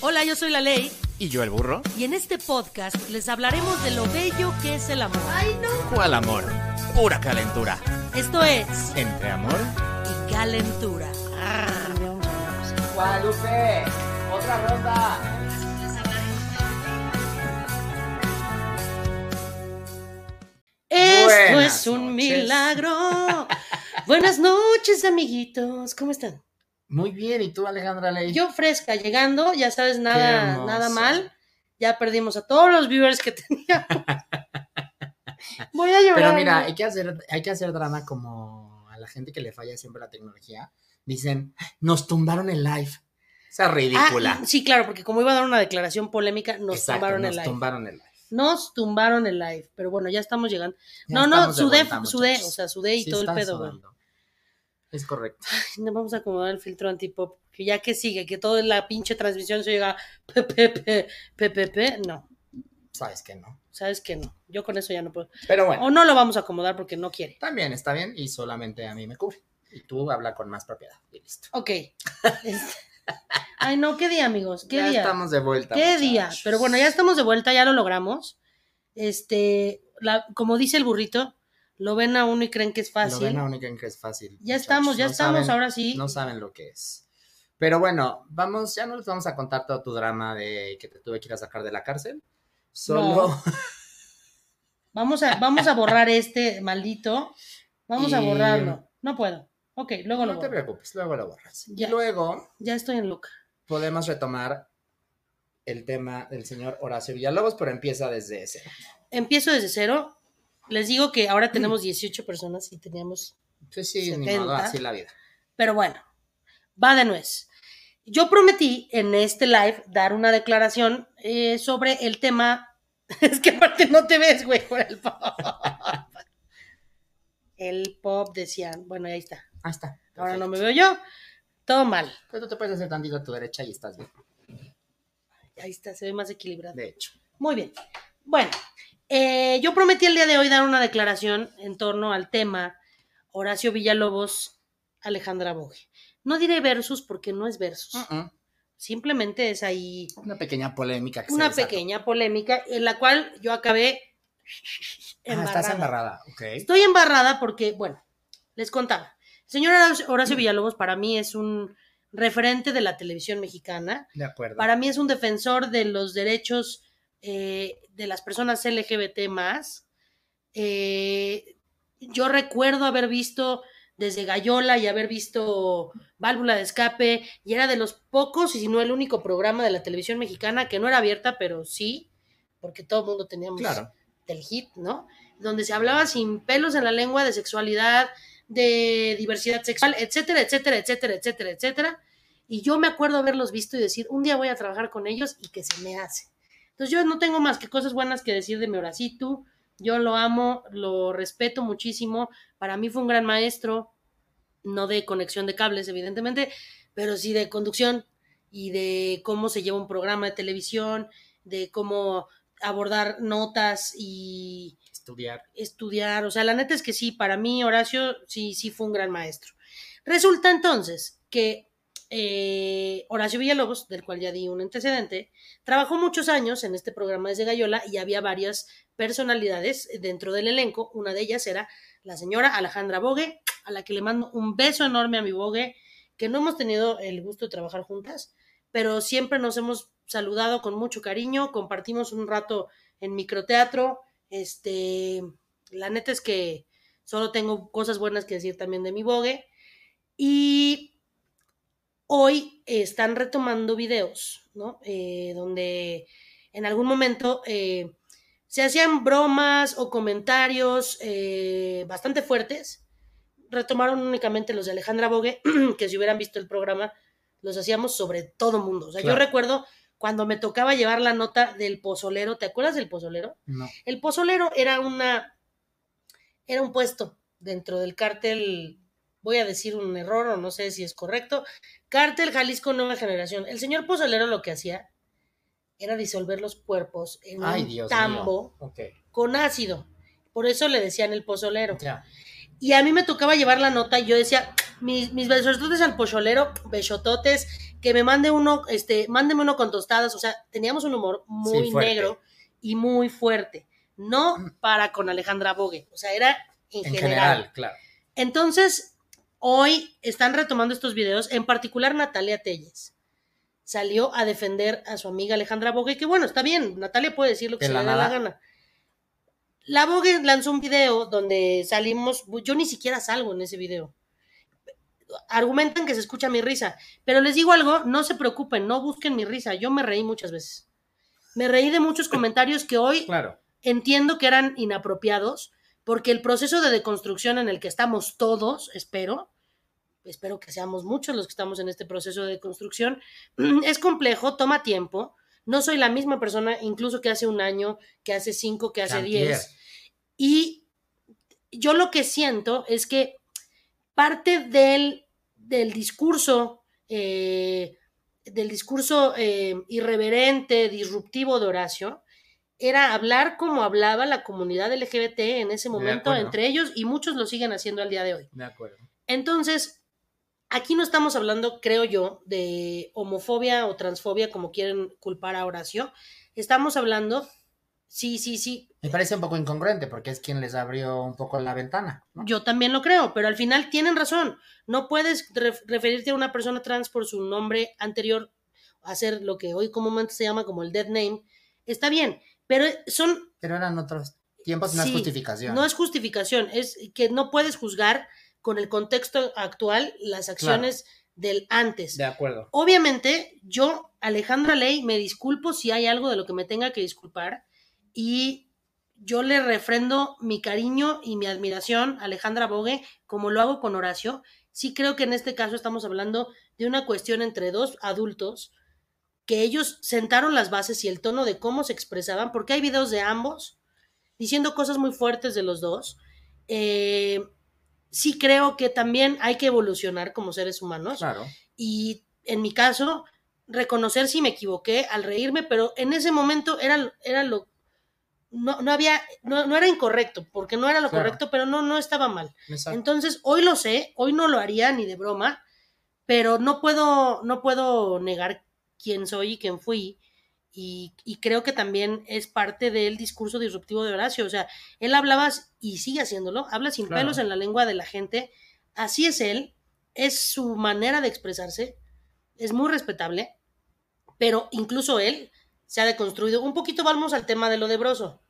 Hola, yo soy la ley ¿Y yo el burro? y en este podcast les hablaremos de lo bello que es el amor. ¿Cuál amor? Pura calentura. Esto es Entre amor. y calentura. Arr. Guadalupe, otra ronda. Esto Buenas es un noches. milagro. Buenas noches, amiguitos. ¿Cómo están? Muy bien, ¿y tú, Alejandra Ley? Yo fresca llegando, ya sabes, Qué nada, hermosa. nada mal. Ya perdimos a todos los viewers que teníamos. Voy a llorar. Pero mira, hay que, hacer, hay que hacer drama como a la gente que le falla siempre la tecnología. Dicen, nos tumbaron el live. Esa Ah, ridícula. sí, claro, porque como iba a dar una declaración polémica, nos Exacto, tumbaron el nos live. tumbaron el live. Nos tumbaron el live, pero bueno, ya estamos llegando. Ya no, no, estamos de sudé, vuelta, sudé, muchachos. o sea, sudé y Sí todo el está pedo, güey. sudando. Es correcto. Ay, No vamos a acomodar el filtro antipop, que ya que sigue, que toda la pinche transmisión se llega pepepe, pepepe, no, Sabes que no. sabes que no, yo con eso ya no puedo. Pero bueno, O no lo vamos a acomodar porque no quiere. también está bien y solamente a mí me cubre. Y tú habla con más propiedad. Y listo. Ok. Este- Ay, no, qué día, amigos, qué ya día. estamos de vuelta. qué día. muchachos. Pero bueno, ya estamos de vuelta, ya lo logramos. Este, la- como dice el burrito, lo ven a uno y creen que es fácil. Novena única en que es fácil. Ya estamos, muchachos. ya No estamos, saben- ahora sí. No saben lo que es. Pero bueno, vamos, ya no les vamos a contar todo tu drama de que te tuve que ir a sacar de la cárcel. Solo Vamos a, vamos a borrar este maldito. Vamos a Y- borrarlo. No puedo. Ok, luego lo no te borro. preocupes, luego lo borras. Ya. Y luego Ya estoy en Luca. podemos retomar el tema del señor Horacio Villalobos, pero empieza desde ese. Empiezo desde cero. Les digo que Mm. ahora tenemos 18 personas y teníamos. Entonces Pues sí, ni 70. modo, así la vida. Pero bueno, va de nuez. Yo prometí en este live dar una declaración eh, sobre el tema. Es que aparte no te ves, güey, por el pop. El pop decían. Bueno, ahí está. Ahí está. Ahora no perfecto. me veo yo. Todo mal. Pues tú te puedes hacer tantito a tu derecha y estás bien, Ahí está, se ve más equilibrado. de hecho. Muy bien. Bueno, eh, yo prometí el día de hoy dar una declaración en torno al tema Horacio Villalobos, Alejandra Boge. No diré versus porque no es versus. Mm, mm. Simplemente es ahí Una pequeña polémica. que se una desató. pequeña polémica en la cual yo acabé Ah, embarrada. estás embarrada, ¿eh? ok. Estoy embarrada porque, bueno, les contaba. El señor Horacio- Horacio Villalobos para mí es un referente de la televisión mexicana. De acuerdo. Para mí es un defensor de los derechos eh, de las personas LGBT más. Eh, yo recuerdo haber visto desde Gallola y haber visto Válvula de Escape, y era de los pocos, y si no el único programa de la televisión mexicana que no era abierta, pero sí, porque todo el mundo teníamos Claro. del hit, ¿no? Donde se hablaba sin pelos en la lengua de sexualidad, de diversidad sexual, etcétera, etcétera, etcétera, etcétera, etcétera. Y yo me acuerdo haberlos visto y decir, un día voy a trabajar con ellos y que se me hace. Entonces yo no tengo más que cosas buenas que decir de mi Horacito. Yo lo amo, lo respeto muchísimo. Para mí fue un gran maestro, no de conexión de cables, evidentemente, pero sí de conducción y de cómo se lleva un programa de televisión, de cómo abordar notas y estudiar. estudiar. O sea, la neta es que sí, para mí Horacio sí, sí fue un gran maestro. Resulta entonces que eh, Horacio Villalobos, del cual ya di un antecedente, trabajó muchos años en este programa desde Gallola y había varias personalidades dentro del elenco. Una de ellas era la señora Alejandra Bogue, a la que le mando un beso enorme a mi Bogue, que no hemos tenido el gusto de trabajar juntas, pero siempre nos hemos saludado con mucho cariño, compartimos un rato en microteatro, este, la neta es que solo tengo cosas buenas que decir también de mi bogue. Y hoy eh, están retomando videos, ¿no? Eh, donde en algún momento eh, se hacían bromas o comentarios eh, bastante fuertes. Retomaron únicamente los de Alejandra Bogue, que si hubieran visto el programa, los hacíamos sobre todo mundo. O sea, yo Claro. recuerdo cuando me tocaba llevar la nota del pozolero, ¿te acuerdas del pozolero? No. El pozolero era una era un puesto dentro del cártel, voy a decir un error o no sé si es correcto, cártel Jalisco Nueva Generación. El señor pozolero lo que hacía era disolver los cuerpos en Ay, un Dios tambo mío. Ok. con ácido. Por eso le decían el pozolero. Ya. Y a mí me tocaba llevar la nota y yo decía, mis, mis besototes al pozolero, besototes, que me mande uno, este, mándeme uno con tostadas, o sea, teníamos un humor muy Sí, fuerte. negro y muy fuerte, no para con Alejandra Bogue, o sea, era en, En general. general, claro. Entonces, hoy están retomando estos videos, en particular Natalia Telles. Salió a defender a su amiga Alejandra Bogue, que bueno, está bien, Natalia puede decir lo que De se la le dé la nada. gana. La Bogue lanzó un video donde salimos, yo ni siquiera salgo en ese video. Argumentan que se escucha mi risa, pero les digo algo, no se preocupen, no busquen mi risa, yo me reí muchas veces. Me reí de muchos comentarios que hoy Claro. entiendo que eran inapropiados, porque el proceso de deconstrucción en el que estamos todos, espero, espero que seamos muchos los que estamos en este proceso de deconstrucción, es complejo, toma tiempo. No soy la misma persona, incluso que hace un año, que hace cinco, que hace Antier. diez. Y yo lo que siento es que parte del, del discurso, eh, del discurso eh, irreverente, disruptivo de Horacio, era hablar como hablaba la comunidad LGBT en ese momento acuerdo. entre ellos y muchos lo siguen haciendo al día de hoy. De acuerdo. Entonces, aquí no estamos hablando, creo yo, de homofobia o transfobia, como quieren culpar a Horacio. Estamos hablando, sí, sí, sí, Me parece un poco incongruente porque es quien les abrió un poco la ventana. ¿no? Yo también lo creo, pero al final tienen razón. No puedes ref- referirte a una persona trans por su nombre anterior, hacer lo que hoy comúnmente se llama como el dead name. Está bien, pero son Pero eran otros tiempos, no Sí, es justificación. no es justificación, es que no puedes juzgar con el contexto actual las acciones del antes. De acuerdo. Obviamente, yo, Alejandra Ley, me disculpo si hay algo de lo que me tenga que disculpar y yo le refrendo mi cariño y mi admiración a Alejandra Bogue, como lo hago con Horacio. Sí creo que en este caso estamos hablando de una cuestión entre dos adultos que ellos sentaron las bases y el tono de cómo se expresaban, porque hay videos de ambos diciendo cosas muy fuertes de los dos. Eh, sí creo que también hay que evolucionar como seres humanos Claro. y en mi caso reconocer si me equivoqué al reírme, pero en ese momento era, era lo no, no había no, no era incorrecto, porque no era lo Claro. correcto, pero no no estaba mal. Exacto. Entonces, hoy lo sé, hoy no lo haría ni de broma, pero no puedo no puedo negar quién soy y quién fui. Y, y creo que también es parte del discurso disruptivo de Horacio. O sea, él hablaba y sigue haciéndolo, habla sin Claro. pelos en la lengua de la gente. Así es él, es su manera de expresarse, es muy respetable, pero incluso él se ha deconstruido. Un poquito vamos al tema de lo de Broso,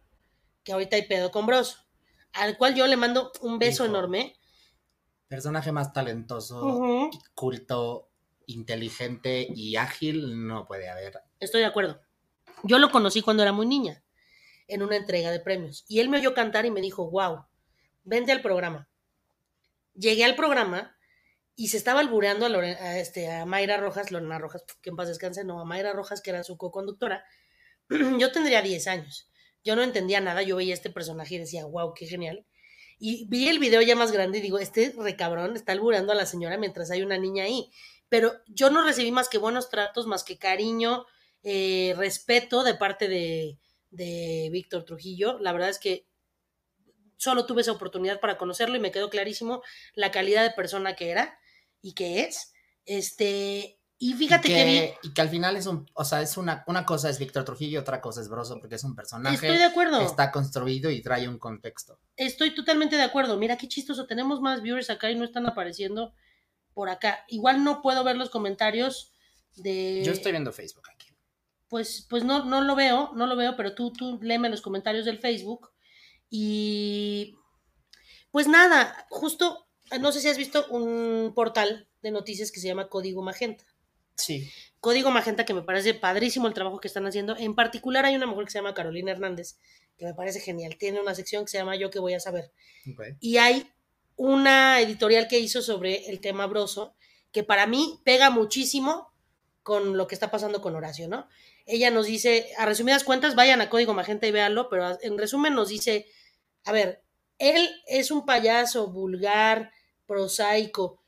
que ahorita hay pedo con Broso, al cual yo le mando un beso Hijo. enorme. Personaje más talentoso, Ujú, culto, inteligente y ágil no puede haber. Estoy de acuerdo. Yo lo conocí cuando era muy niña, en una entrega de premios, y él me oyó cantar y me dijo, wow, vente al programa. Llegué al programa y se estaba albureando a, Lore- a, este, a Mayra Rojas, Lorena Rojas, que en paz descanse, no, a Mayra Rojas, que era su co-conductora. Yo tendría 10 años. Yo no entendía nada, yo veía este personaje y decía, wow, qué genial. Y vi el video ya más grande y digo, este recabrón está albureando a la señora mientras hay una niña ahí. Pero yo no recibí más que buenos tratos, más que cariño, eh, respeto de parte de, de Víctor Trujillo. La verdad es que solo tuve esa oportunidad para conocerlo y me quedó clarísimo la calidad de persona que era y que es. Este, y fíjate y que vi. y que al final es un, o sea, es una, una cosa es Víctor Trujillo, otra cosa es Broso, porque es un Estoy personaje de acuerdo. que está construido y trae un contexto. Estoy totalmente de acuerdo. Mira qué chistoso. Tenemos más viewers acá y no están apareciendo por acá. Igual no puedo ver los comentarios de. Yo estoy viendo Facebook aquí. Pues, pues no, no lo veo, no lo veo, pero tú, tú léeme los comentarios del Facebook. Y. Pues nada, justo, no sé si has visto un portal de noticias que se llama Código Magenta. Sí. Código Magenta, que me parece padrísimo el trabajo que están haciendo. En particular, hay una mujer que se llama Carolina Hernández, que me parece genial. Tiene una sección que se llama Yo que voy a saber y hay una editorial que hizo sobre el tema Broso, que para mí pega muchísimo con lo que está pasando con Horacio, ¿no? Ella nos dice, a resumidas cuentas, vayan a Código Magenta y véanlo, pero a- en resumen nos dice, a ver, él es un payaso vulgar, prosaico,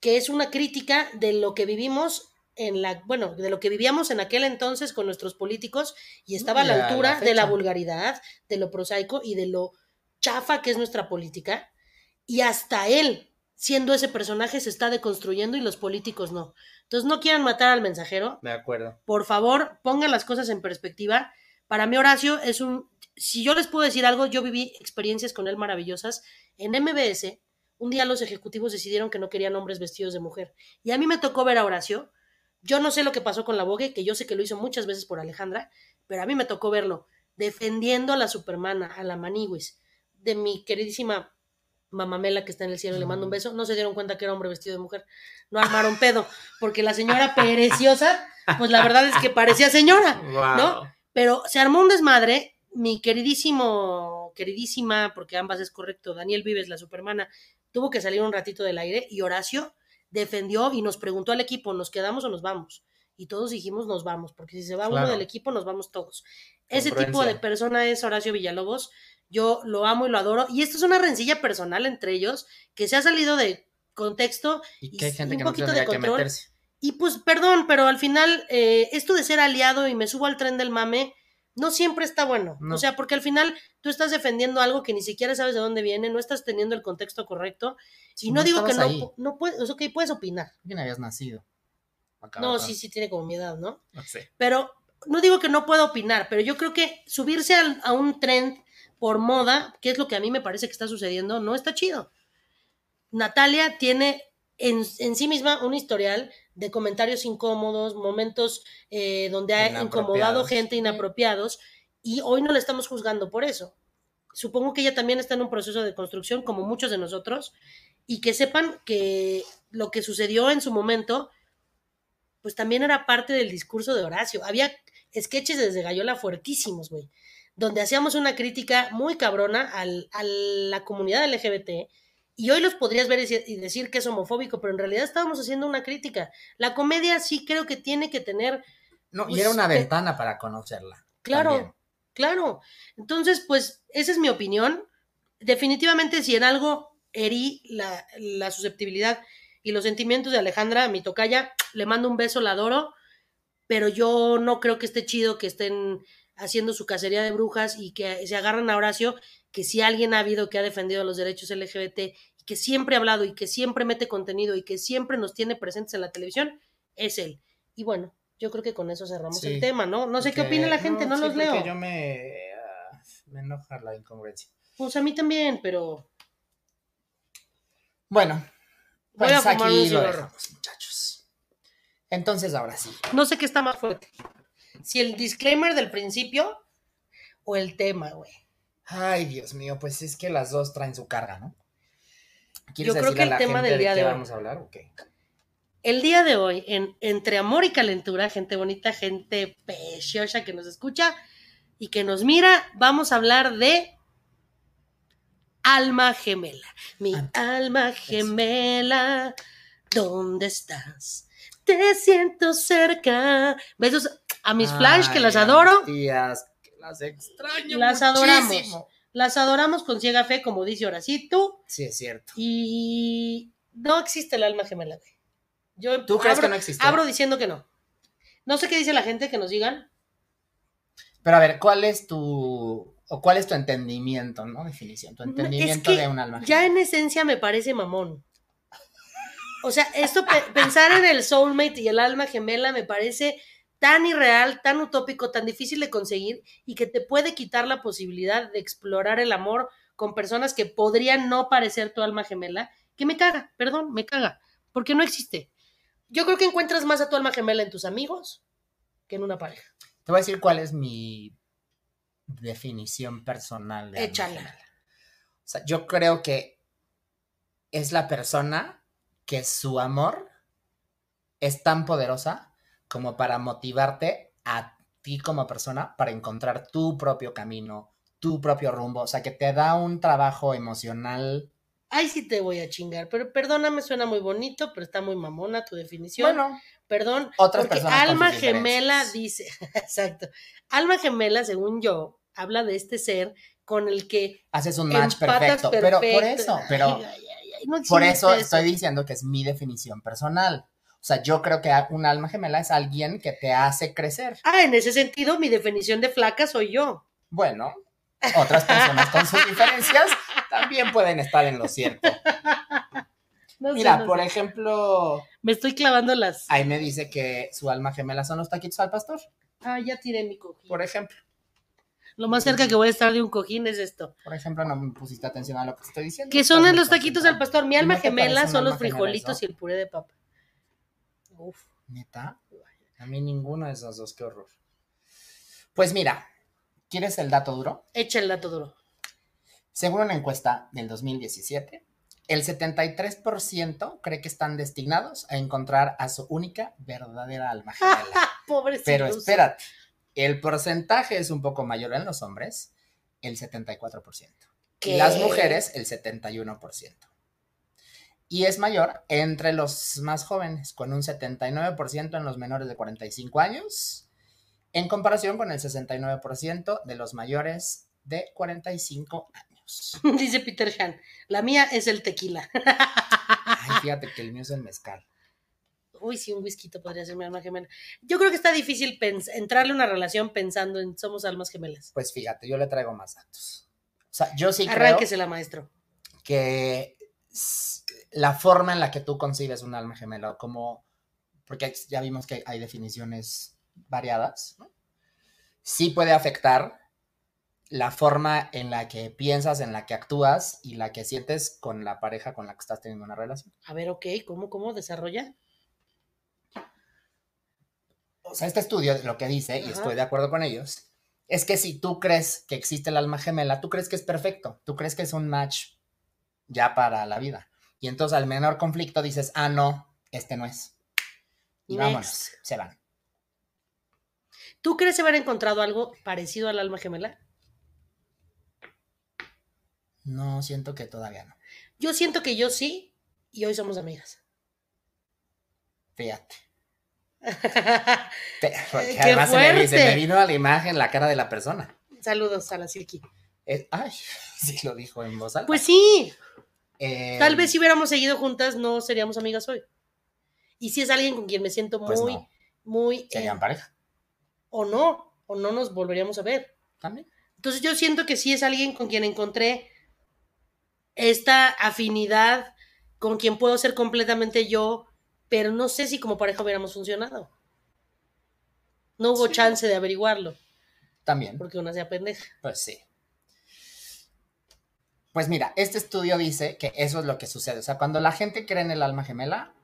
que es una crítica de lo que vivimos en la, bueno, de lo que vivíamos en aquel entonces con nuestros políticos y estaba a Y la a Mm, la altura de la fecha. vulgaridad, de lo prosaico y de lo chafa que es nuestra política. Y hasta él siendo ese personaje se está deconstruyendo y los políticos no. Entonces no quieran matar al mensajero, De acuerdo. por favor, pongan las cosas en perspectiva. Para mí Horacio es un, si yo les puedo decir algo, yo viví experiencias con él maravillosas. En MBS, un día los ejecutivos decidieron que no querían hombres vestidos de mujer. Y a mí me tocó ver a Horacio. Yo no sé lo que pasó con la Vogue, que yo sé que lo hizo muchas veces por Alejandra, pero a mí me tocó verlo defendiendo a la Supermana, a la Maniwis, de mi queridísima mamamela que está en el cielo, le mando un beso. No se dieron cuenta que era hombre vestido de mujer. No armaron pedo, porque la señora pereciosa, pues la verdad es que parecía señora. Wow. ¿No? Pero se armó un desmadre, mi queridísimo, queridísima, porque ambas es correcto, Daniel Vives, la supermana, tuvo que salir un ratito del aire y Horacio defendió y nos preguntó al equipo, ¿nos quedamos o nos vamos? Y todos dijimos, nos vamos, porque si se va Claro. uno del equipo, nos vamos todos. Ese tipo Congruencia. de persona es Horacio Villalobos, yo lo amo y lo adoro, y esto es una rencilla personal entre ellos que se ha salido de contexto Y que hay y gente un que no poquito de tendría que control. meterse. y pues, perdón, pero al final, eh, esto de ser aliado y me subo al tren del mame, no siempre está bueno. No. O sea, porque al final tú estás defendiendo algo que ni siquiera sabes de dónde viene, no estás teniendo el contexto correcto. Si y no, digo que estabas no, ahí, pu- no puedes, o sea, que puedes opinar. ¿por qué no habías nacido? Acá, no, acá. sí, sí tiene como mi edad, ¿no? No sé. Pero no digo que no pueda opinar, pero yo creo que subirse al- a un trend por moda, que es lo que a mí me parece que está sucediendo, no está chido. Natalia tiene en, en sí misma un historial de comentarios incómodos, momentos eh, donde ha incomodado Inapropiados. gente inapropiados, y hoy no la estamos juzgando por eso. Supongo que ella también está en un proceso de construcción, como muchos de nosotros, y que sepan que lo que sucedió en su momento, pues también era parte del discurso de Horacio. Había sketches desde Gallola fuertísimos, güey, donde hacíamos una crítica muy cabrona al- a la comunidad LGBT. Y hoy los podrías ver y decir- y decir que es homofóbico, pero en realidad estábamos haciendo una crítica. La comedia sí creo que tiene que tener, No, Pues, y era una pe- ventana para conocerla. claro, también. Claro. Entonces, pues, esa es mi opinión. Definitivamente, si en algo herí la, la susceptibilidad y los sentimientos de Alejandra, mi tocaya, le mando un beso, la adoro, pero yo no creo que esté chido que estén haciendo su cacería de brujas y que se agarran a Horacio, que si alguien ha habido que ha defendido los derechos LGBT y que siempre ha hablado y que siempre mete contenido y que siempre nos tiene presentes en la televisión, es él. Y bueno, yo creo que con eso cerramos Sí. el tema, ¿no? No sé qué Porque- opina la gente, no, sí, los leo. porque Yo me, ah, me enoja la incongruencia. Pues a mí también, pero Bueno, Voy pues a fumar un aquí lo cigarro. dejamos, muchachos. Entonces, ahora sí. no sé qué está más fuerte. Si el disclaimer del principio o el tema, güey. Ay, Dios mío, pues es que las dos traen su carga, ¿no? Yo ¿Quieres creo decirle que a el la tema gente del día de de qué hoy- vamos a hablar o qué? El día de hoy, en Entre Amor y Calentura, gente bonita, gente preciosa que nos escucha y que nos mira, vamos a hablar de Alma Gemela. Mi Ah, alma gemela, ¿dónde estás? Te siento cerca. Besos a mis flash, que Ay, las a mis adoro. tías, que las extraño. Las adoramos. muchísimo. Las adoramos con ciega fe, como dice Horacito. Sí, es cierto. Y no existe el alma gemela, güey. Yo ¿Tú crees abro, que no existe? abro diciendo que no. No sé qué dice la gente que nos digan. Pero a ver, ¿cuál es tu o cuál es tu entendimiento, no definición, tu No, es entendimiento que de un alma? Ya en esencia me parece mamón. O sea, esto pe- pensar en el soulmate y el alma gemela me parece tan irreal, tan utópico, tan difícil de conseguir y que te puede quitar la posibilidad de explorar el amor con personas que podrían no parecer tu alma gemela, que me caga, perdón, me caga, porque no existe. Yo creo que encuentras más a tu alma gemela en tus amigos que en una pareja. Te voy a decir cuál es mi definición personal de alma Échala. gemela. O sea, yo creo que es la persona que su amor es tan poderosa como para motivarte a ti como persona para encontrar tu propio camino, tu propio rumbo. O sea, que te da un trabajo emocional. Ay, sí te voy a chingar, pero perdóname, suena muy bonito, pero está muy mamona tu definición. Bueno, Perdón, Otras porque personas con sus alma gemela diferencias. dice, exacto, alma gemela, según yo, habla de este ser con el que haces un match empatas perfecto, Pero por perfecto. eso, pero Ay, ay, ay, ay, no por existe eso estoy diciendo que es mi definición personal. O sea, yo creo que a- un alma gemela es alguien que te hace crecer. Ah, en ese sentido, mi definición de flaca soy yo. Bueno, otras personas con sus diferencias también pueden estar en lo cierto. No sé, Mira, no por sé. ejemplo, Me estoy clavando las. ahí me dice que su alma gemela son los taquitos al pastor, Ah, ya tiré mi cojín. por ejemplo. Lo más cerca que voy a estar de un cojín es esto. Por ejemplo, no me pusiste atención a lo que te estoy diciendo. Que son Estás en muy los taquitos al concentrada. pastor. Mi alma ¿No te gemela parece un son los alma gemela frijolitos eso? y el puré de papa. Uf. ¿Neta? A mí ninguno de esos dos, qué horror. Pues mira, ¿quieres el dato duro? Echa el dato duro. Según una encuesta del 2017, el 73% cree que están destinados a encontrar a su única verdadera alma gemela. Ah, Pobrecito. Pero espérate, el porcentaje es un poco mayor en los hombres, el 74%. ¿Qué? Y las mujeres, el 71%. Y es mayor entre los más jóvenes, con un 79% en los menores de 45 años, en comparación con el 69% de los mayores de 45 años. Dice Peter Shan. La mía es el tequila. Ay, fíjate que el mío es el mezcal. Uy, sí, un whisky podría ser mi alma gemela. Yo creo que está difícil pens- entrarle a una relación pensando en somos almas gemelas. Pues fíjate, yo le traigo más datos. O sea, yo sí creo Arránquesela, maestro. que s- la forma en la que tú concibes un alma gemela, como, porque hay- ya vimos que hay definiciones variadas, ¿no? sí puede afectar la forma en la que piensas, en la que actúas y la que sientes con la pareja con la que estás teniendo una relación. A ver, ok, ¿cómo, cómo desarrolla? O sea, este estudio lo que dice, y Ajá. estoy de acuerdo con ellos, es que si tú crees que existe el alma gemela, tú crees que es perfecto, tú crees que es un match ya para la vida. Y entonces al menor conflicto dices, ah, no, este no es. Y Next. vámonos, se van. ¿Tú crees haber encontrado algo parecido al alma gemela? No, siento que todavía no. Yo siento que yo sí y hoy somos amigas. Fíjate. Te- Eh, ¡Qué Porque además se me, vi- se me fuerte! vino a la imagen la cara de la persona. Saludos a la Silky. Es- ay, sí lo dijo en voz alta. Pues sí, Eh, tal vez si hubiéramos seguido juntas no seríamos amigas hoy. Y si es alguien con quien me siento muy, pues no, muy... eh, serían pareja o no, o no nos volveríamos a ver. también. Entonces yo siento que sí es alguien con quien encontré esta afinidad, con quien puedo ser completamente yo, pero no sé si como pareja hubiéramos funcionado. No hubo Sí. chance de averiguarlo, También. porque una sea pendeja. Pues sí. Pues mira, este estudio dice que eso es lo que sucede. O sea, cuando la gente cree en el alma gemela,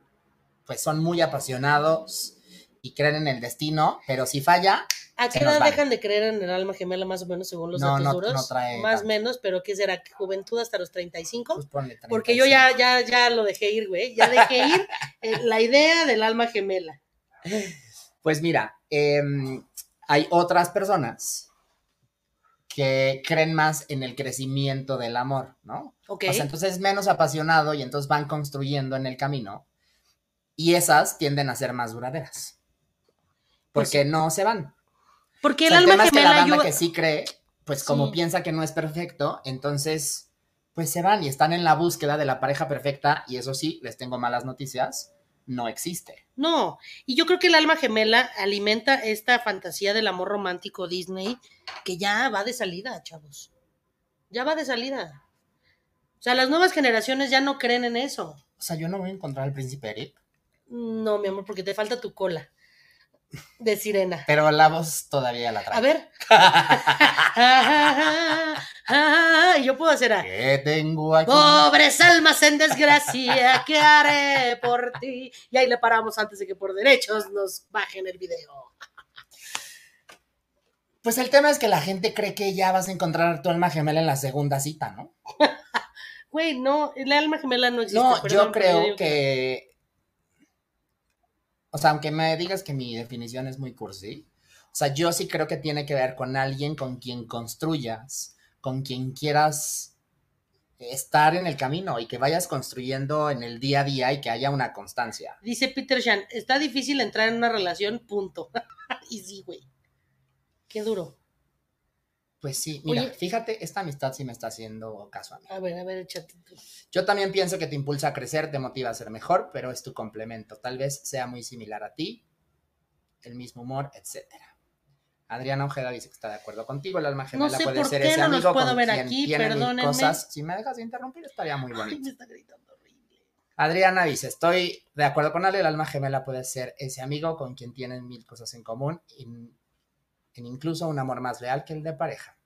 pues son muy apasionados y creen en el destino, pero si falla, ¿A Se qué nos edad van. dejan de creer en el alma gemela más o menos según los No, datos no- duros? no trae más tanto. menos, pero ¿qué será? ¿Que ¿Juventud hasta los 35? pues ponle 35. Porque yo ya, ya, ya lo dejé ir, güey. Ya dejé ir eh, la idea del alma gemela. Pues mira, em, hay otras personas que creen más en el crecimiento del amor, ¿no? Ok. O sea, entonces es menos apasionado y entonces van construyendo en el camino. Y esas tienden a ser más duraderas. Pues Porque no se van. porque O el sea, el alma tema es que la gemela banda ayuda. que sí cree, pues como Sí. piensa que no es perfecto, entonces pues se van y están en la búsqueda de la pareja perfecta. Y eso sí, les tengo malas noticias, no existe. No, y yo creo que el alma gemela alimenta esta fantasía del amor romántico Disney que ya va de salida, chavos. Ya va de salida. O sea, las nuevas generaciones ya no creen en eso. O sea, yo no voy a encontrar al príncipe Eric, No, mi amor, porque te falta tu cola de sirena. pero la voz todavía la traigo. A ver. Y yo puedo hacer a... ¿Qué tengo aquí? Pobres almas en desgracia, ¿qué haré por ti? Y ahí le paramos antes de que por derechos nos bajen el video. Pues el tema es que la gente cree que ya vas a encontrar tu alma gemela en la segunda cita, ¿no? Güey, no, el alma gemela no existe. No, perdón, pero yo creo digo que. O sea, aunque me digas que mi definición es muy cursi, o sea, yo sí creo que tiene que ver con alguien con quien construyas, con quien quieras estar en el camino y que vayas construyendo en el día a día y que haya una constancia. Dice Peter Shan, está difícil entrar en una relación, punto. y sí, güey. Qué duro. Pues sí, mira, Oye. fíjate, esta amistad sí me está haciendo caso a mí. A ver, a ver, échate. tú. Yo también pienso que te impulsa a crecer, te motiva a ser mejor, pero es tu complemento. Tal vez sea muy similar a ti, el mismo humor, etc. Adriana Ojeda dice que está de acuerdo contigo. El alma gemela sé puede por ser qué ese no los amigo puedo con ver quien aquí, tienen mil perdónenme. cosas. Si me dejas de interrumpir, estaría muy Ay, bonito. me está gritando horrible. Adriana dice, estoy de acuerdo con Ale, el alma gemela puede ser ese amigo con quien tienen mil cosas en común, in- en incluso un amor más real que el de pareja.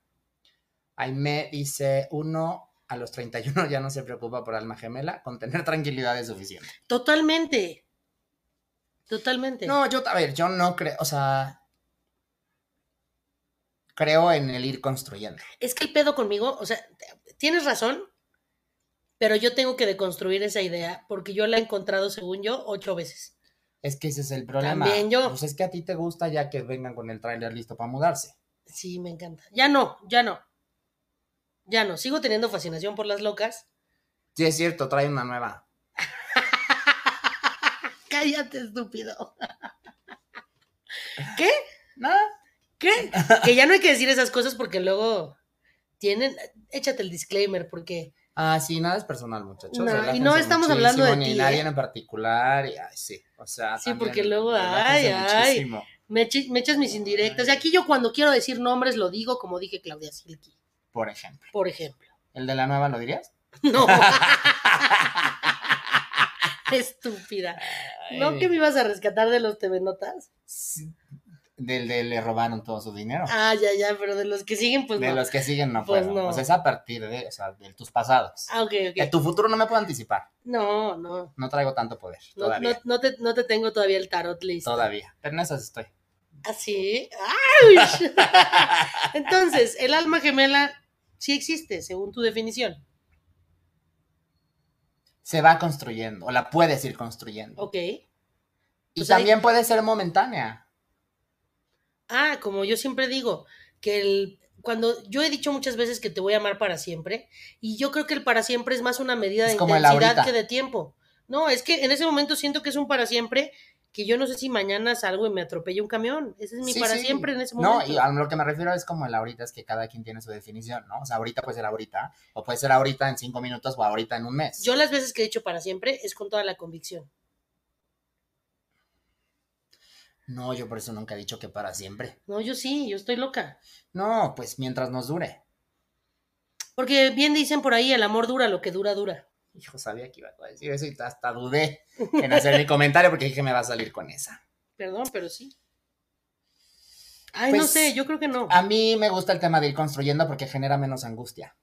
Aime dice, uno a los 31 ya no se preocupa por alma gemela, con tener tranquilidad es suficiente. Totalmente. Totalmente. No, yo, a ver, yo no creo, o sea, creo en el ir construyendo. Es que el pedo conmigo, o sea, t- tienes razón, pero yo tengo que deconstruir esa idea porque yo la he encontrado, según yo, ocho veces. Es que ese es el problema. También yo. Pues es que a ti te gusta ya que vengan con el tráiler listo para mudarse. Sí, me encanta. Ya no, ya no. Ya no. Sigo teniendo fascinación por las locas. Sí, es cierto, trae una nueva. Cállate, estúpido. ¿Qué? No, ¿Qué? Que ya no hay que decir esas cosas porque luego tienen. Échate el disclaimer porque. Ah, sí, nada es personal, muchachos. No, y relájense no estamos muchísimo, hablando de ni ti, nadie ¿eh? en particular. y, ay, sí, o sea, Sí, también porque luego, relájense ay, ay. muchísimo. Me, echi- me echas mis indirectas. Y aquí yo cuando quiero decir nombres lo digo como dije Claudia Silky, Por ejemplo, por ejemplo. ¿el de la nueva lo dirías? No. Estúpida. ¿No que me ibas a rescatar de los TV Notas? Sí, Del de le robaron todo su dinero. Ah, ya, ya, pero de los que siguen, pues de no. los que siguen no Pues puedo. no. O sea, es a partir de, o sea, de tus pasados. Ah, ok, De ok. tu futuro no me puedo anticipar. No, no. No traigo tanto poder. No, todavía. no, no te, no te tengo todavía el tarot listo. Todavía. Pero en esas estoy. Así. ¡Ay! Entonces, el alma gemela sí existe, según tu definición. Se va construyendo, o la puedes ir construyendo. Ok. pues Y O sea, también puede ser momentánea. Ah, como yo siempre digo, que el cuando yo he dicho muchas veces que te voy a amar para siempre, y yo creo que el para siempre es más una medida de Es como el intensidad ahorita. que de tiempo. No, es que en ese momento siento que es un para siempre que yo no sé si mañana salgo y me atropella un camión. Ese es mi Sí, para sí. siempre en ese No, momento. y a lo que me refiero es como el ahorita, es que cada quien tiene su definición, ¿no? O sea, ahorita puede ser ahorita, o puede ser ahorita en cinco minutos, o ahorita en un mes. Yo las veces que he dicho para siempre es con toda la convicción. No, yo por eso nunca he dicho que para siempre. No, yo sí, yo estoy loca. No, pues mientras nos dure. Porque bien dicen por ahí, el amor dura lo que dura, dura. Hijo, sabía que iba a decir eso y hasta dudé en hacer mi comentario porque dije me va a salir con esa. Perdón, pero sí. Ay, no Pues, sé, yo creo que no. A mí me gusta el tema de ir construyendo porque genera menos angustia.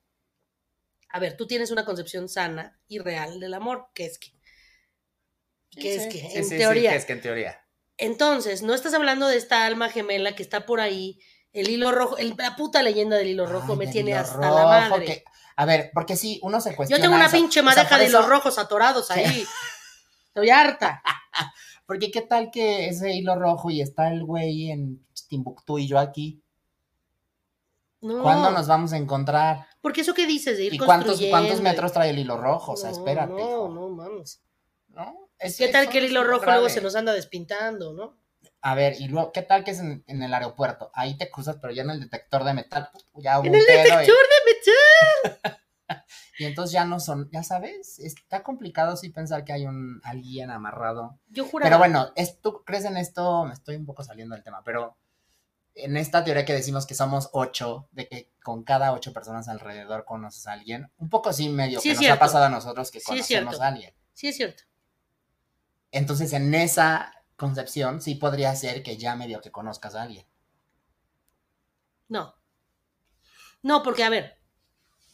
A ver, tú tienes una concepción sana y real del amor, que es que. Que es que, en teoría. que es que en teoría. Entonces, no estás hablando de esta alma gemela que está por ahí, el hilo rojo, el- la puta leyenda del hilo rojo Ay, me del tiene hilo hasta rojo, la madre. que- a ver, porque sí, uno se Yo cuestiona. tengo una eso. pinche O sea, madeja por de eso- hilos rojos atorados ahí. Estoy harta. Porque qué tal que ese hilo rojo y está el güey en Timbuktu y yo aquí. No, ¿Cuándo nos vamos a encontrar? porque eso que dices de ir ¿Y cuántos, construyendo cuántos y- metros trae el hilo rojo? O sea, No, espérate. No, hijo. no, mames. ¿No? Es- ¿Qué tal eso que el es hilo muy rojo luego grave. se nos anda despintando, no? A ver, y luego, ¿qué tal que es en, en el aeropuerto? Ahí te cruzas, pero ya en el detector de metal. pu- Ya hubo En un el pedo detector y- de metal. Y, entonces ya no son, ya sabes, está complicado sí pensar que hay un alguien amarrado Yo juraba. Pero bueno, es- ¿tú crees en esto? Me estoy un poco saliendo del tema, pero en esta teoría que decimos que somos ocho, de que con cada ocho personas alrededor conoces a alguien, un poco sí medio Sí, que es nos cierto. ha pasado a nosotros que Sí, es conocemos cierto. a alguien. Sí, es cierto. Entonces, en esa concepción sí podría ser que ya medio que conozcas a alguien. No. No, porque a ver,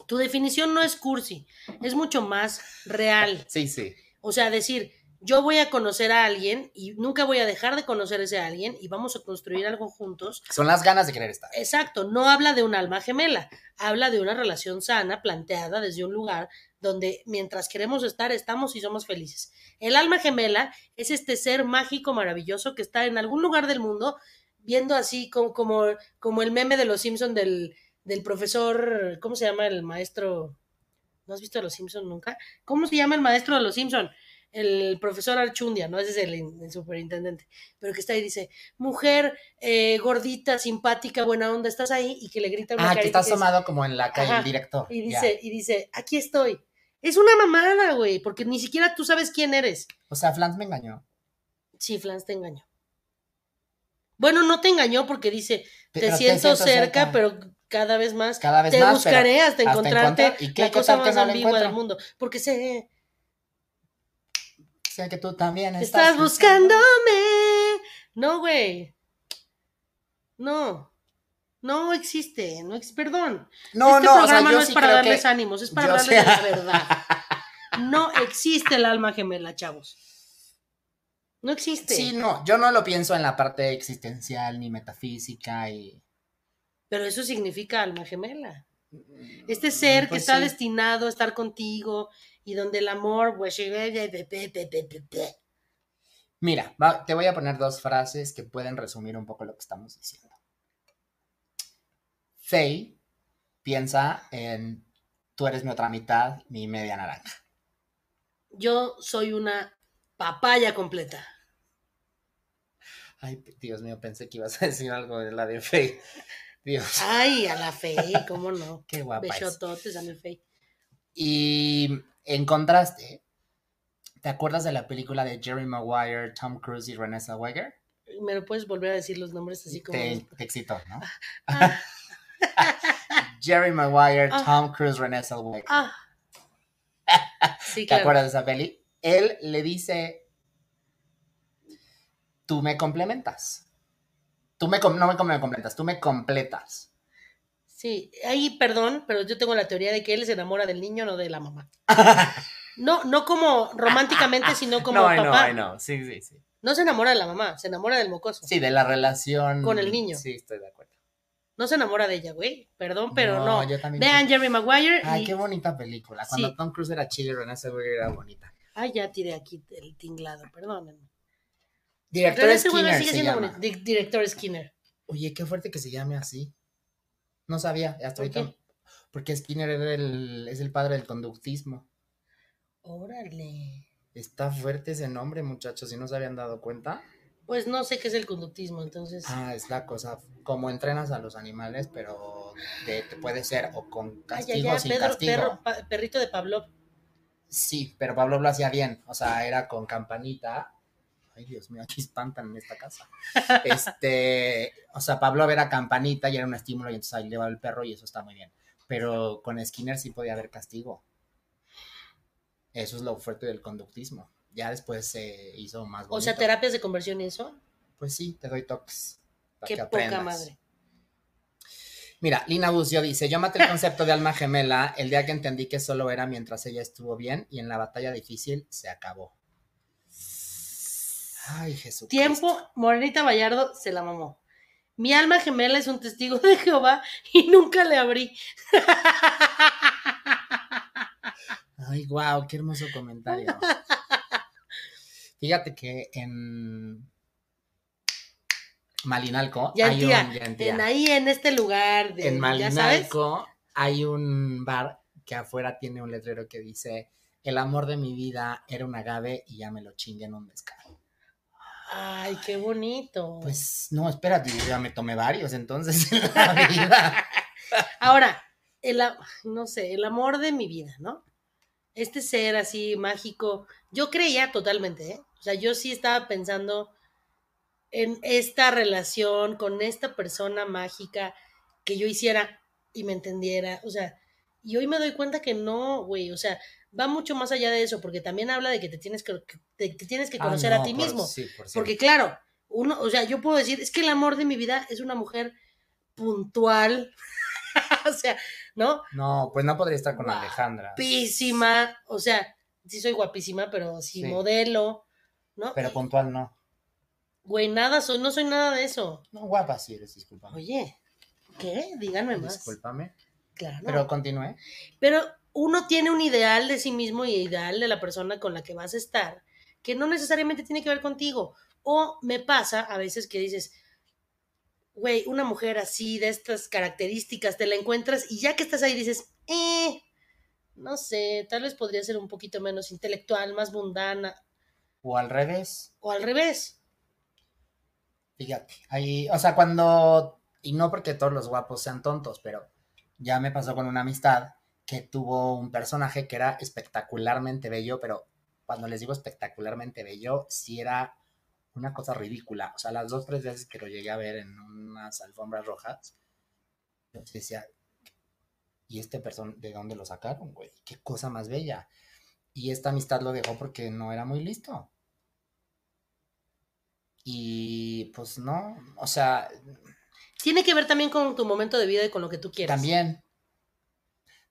tu definición no es cursi, es mucho más real. Sí, sí. O sea, decir, yo voy a conocer a alguien y nunca voy a dejar de conocer a ese alguien y vamos a construir algo juntos. Son las ganas de querer estar. Exacto, no habla de un alma gemela, habla de una relación sana, planteada desde un lugar donde mientras queremos estar, estamos y somos felices. El alma gemela es este ser mágico, maravilloso, que está en algún lugar del mundo, viendo así como, como, como el meme de los Simpson del, del profesor, ¿cómo se llama el maestro? ¿No has visto a los Simpson nunca? ¿Cómo se llama el maestro de los Simpson? El profesor Archundia, ¿no? Ese es el, in- el superintendente, pero que está ahí y dice, mujer eh, gordita, simpática, buena onda, estás ahí y que le grita una Ah, que carita está que dice, asomado como en la calle Ajá. el director. y ya. dice, y dice, aquí estoy. Es una mamada, güey, porque ni siquiera tú sabes quién eres. O sea, Flans me engañó. Sí, Flans te engañó. Bueno, no te engañó porque dice, te, Pero siento, cerca, pero cada vez más. cada vez te más. buscaré hasta hasta encontrarte encontrar- ¿y qué- la qué cosa tal que más no la ambigua del encuentro? mundo. Porque sé, sé que tú también Estás, buscándome. No, güey. No. No existe. No ex- Perdón. No, este no, o programa sea, yo no es sí para creo darles que... ánimos, es para yo darles sé. la verdad. No existe el alma gemela, chavos. No existe. Sí, no, yo no lo pienso en la parte existencial ni metafísica y... Pero eso significa alma gemela. Este ser que Pues está sí. destinado a estar contigo y donde el amor, pues, y- Mira, va- te voy a poner dos frases que pueden resumir un poco lo que estamos diciendo. Faye piensa en tú eres mi otra mitad, mi media naranja. yo soy una papaya completa. Ay, p- Dios mío, pensé que ibas a decir algo de la de Faye. Dios, Ay, a la fe, cómo no. qué guapa es. Besototes a mi fe. Y en contraste, ¿te acuerdas de la película de Jerry Maguire, Tom Cruise y Renée Zellweger? ¿Me lo puedes volver a decir los nombres así como.? Te, te excitó, ¿no? Ah. Jerry Maguire, Ah. Tom Cruise, Renée Zellweger. Ah. Sí, ¿Te claro. acuerdas de esa peli? Él le dice, tú me complementas. Tú me, com- no me com- me complementas, tú me completas. Sí, ahí perdón, pero yo tengo la teoría de que él se enamora del niño, no de la mamá. No, no como románticamente, sino como ay, papá. ay, no. no. Sí, sí, sí. se enamora de la mamá, se enamora del mocoso. Sí, de la relación. Con el niño. Sí, estoy de acuerdo. No se enamora de ella, güey. Perdón, pero no. yo también. Vean Jerry Maguire y... Ay, qué bonita película. Cuando Sí. Tom Cruise era chido y Renée Zellweger era bonita. Ay, ya tiré aquí el tinglado, perdónenme. Director Renée Zellweger Skinner este sigue se siendo llama. bonita. Di- Director Skinner. Oye, qué fuerte que se llame así. No sabía, hasta ¿Por qué? ahorita. Porque Skinner era el- es el padre del conductismo. Órale. Está fuerte ese nombre, muchachos, si no se habían dado cuenta. Pues no sé qué es el conductismo, entonces... Ah, es la cosa, como entrenas a los animales, pero de- te puede ser o con Ay, castigo o sin Pedro- castigo. perro- pa- perrito de Pablo. Sí, pero Pablo lo hacía bien, o sea, era con campanita. Ay, Dios mío, aquí espantan en esta casa. Este, o sea, Pablo era campanita y era un estímulo y entonces ahí le va el perro y eso está muy bien. Pero con Skinner sí podía haber castigo. Eso es lo fuerte del conductismo. Ya después se hizo más bonito. O sea, terapias de conversión y eso. Pues sí, te doy toques. para Qué que poca aprendas. madre. Mira, Lina Bucio dice: Yo maté el concepto de alma gemela el día que entendí que solo era mientras ella estuvo bien y en la batalla difícil se acabó. Ay, Jesús. Tiempo, Morenita Vallardo se la mamó. Mi alma gemela es un testigo de Jehová y nunca le abrí. Ay, wow, qué hermoso comentario. Fíjate que en Malinalco Ya hay tía, un. ya en tía. En ahí, en este lugar de. en ya sabes. Malinalco hay un bar que afuera tiene un letrero que dice: El amor de mi vida era un agave y ya me lo chingué en un descaro. Ay, qué bonito. Pues no, espérate, yo ya me tomé varios entonces en la vida. Ahora, el, a- no sé, el amor de mi vida, ¿no? Este ser así mágico, yo creía totalmente, ¿eh? O sea, yo sí estaba pensando en esta relación con esta persona mágica que yo hiciera y me entendiera, o sea, y hoy me doy cuenta que no, güey, o sea, va mucho más allá de eso, porque también habla de que te tienes que, que te- que tienes que conocer Ah, no, a ti por- mismo. sí, por Porque cierto. claro, uno, o sea, yo puedo decir, es que el amor de mi vida es una mujer puntual, o sea, ¿no? No, pues no podría estar con Guau. Alejandra. Guapísima, o sea, sí soy guapísima, pero sí, Sí. modelo, ¿no? Pero puntual no. Güey, nada, soy, no soy nada de eso. No, guapa sí eres, discúlpame. Oye, ¿qué? Díganme más. Discúlpame. Claro. Pero continúe. Pero uno tiene un ideal de sí mismo y ideal de la persona con la que vas a estar, que no necesariamente tiene que ver contigo. O me pasa a veces que dices, güey, una mujer así, de estas características, te la encuentras y ya que estás ahí dices, eh, no sé, tal vez podría ser un poquito menos intelectual, más mundana, O al revés. o al revés. Fíjate. Ahí, o sea, cuando. Y no porque todos los guapos sean tontos, pero ya me pasó con una amistad que tuvo un personaje que era espectacularmente bello, pero cuando les digo espectacularmente bello, sí era una cosa ridícula. O sea, las dos, tres veces que lo llegué a ver en unas alfombras rojas, yo decía, ¿y este person de dónde lo sacaron, güey? ¿Qué cosa más bella? Y esta amistad lo dejó porque no era muy listo. Y pues no, o sea, Tiene que ver también con tu momento de vida y con lo que tú quieres. También.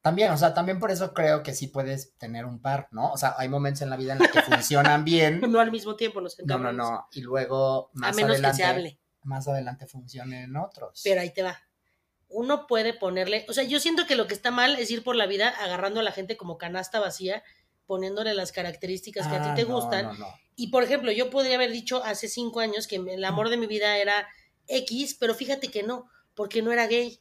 También, o sea, también por eso creo que sí puedes tener un par, ¿no? O sea, hay momentos en la vida en los que funcionan bien. No al mismo tiempo, nos No, no, encabronamos. no. Y luego A más menos que adelante. se hable. Más adelante funcionen otros. Pero ahí te va. Uno puede ponerle, o sea, yo siento que lo que está mal es ir por la vida agarrando a la gente como canasta vacía, poniéndole las características que a ti Ah, te no, gustan. no, no. Y por ejemplo, yo podría haber dicho hace cinco años que el amor de mi vida era X, pero fíjate que no, porque no era gay.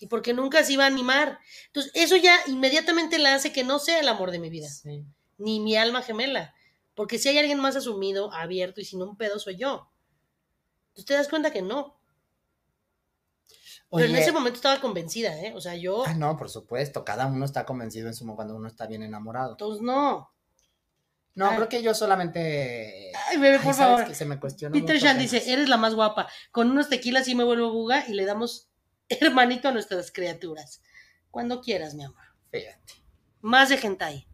Y porque nunca se iba a animar. Entonces, eso ya inmediatamente la hace que no sea el amor de mi vida, Sí. ni mi alma gemela. Porque si hay alguien más asumido, abierto y sin un pedo, soy yo. Entonces te das cuenta que no. Pero en Oye, ese momento estaba convencida, ¿eh? O sea, yo. ah, no, por supuesto. Cada uno está convencido en su cuando uno está bien enamorado. Entonces, no. No, Ay. creo que yo solamente. Ay, bebé, Ay, por ¿sabes favor. que se me cuestiona Peter mucho Shan apenas? dice: Eres la más guapa. Con unos tequilas sí me vuelvo buga y le damos hermanito a nuestras criaturas. Cuando quieras, mi amor. Fíjate. Más de hentai.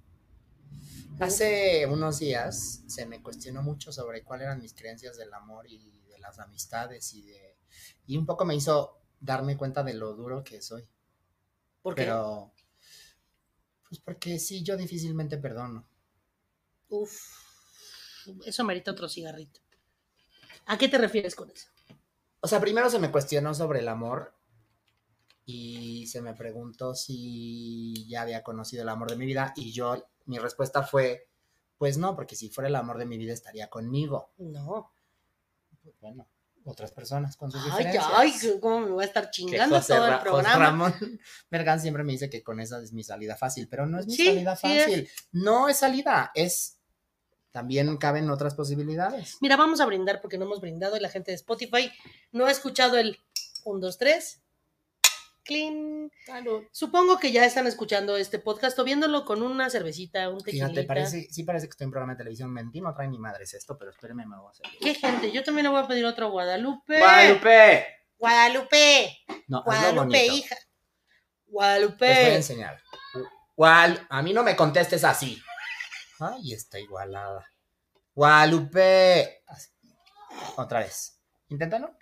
Hace unos días se me cuestionó mucho sobre cuáles eran mis creencias del amor y de las amistades y de y un poco me hizo darme cuenta de lo duro que soy. Porque. Pero pues porque sí, yo difícilmente perdono. Uf. Eso merita otro cigarrito. ¿A qué te refieres con eso? O sea, primero se me cuestionó sobre el amor y se me preguntó si ya había conocido el amor de mi vida y yo mi respuesta fue pues no, porque si fuera el amor de mi vida estaría conmigo. No. Pues bueno, otras personas con sus Ay, diferencias. ay, cómo me voy a estar que chingando José todo el Ra- José programa. Ramón Mergan siempre me dice que con esa es mi salida fácil, pero no es mi Sí, salida sí es. fácil. No es salida, es también caben otras posibilidades. Mira, vamos a brindar porque no hemos brindado y la gente de Spotify no ha escuchado el 1, 2, 3. Clean. Supongo que ya están escuchando este podcast o viéndolo con una cervecita, un tequilita. Fíjate, parece, sí parece que estoy en programa de televisión. Mentí, no trae ni madres esto, pero espérenme, me voy a hacer. ¿Qué gente? Yo también le voy a pedir otro a Guadalupe. ¡Guadalupe! Guadalupe. No, hazlo Guadalupe, bonito. hija. Les voy a Guadalupe. enseñar. Gual, a mí no me contestes así. Ay, está igualada. Guadalupe. Así. Otra vez. Inténtalo.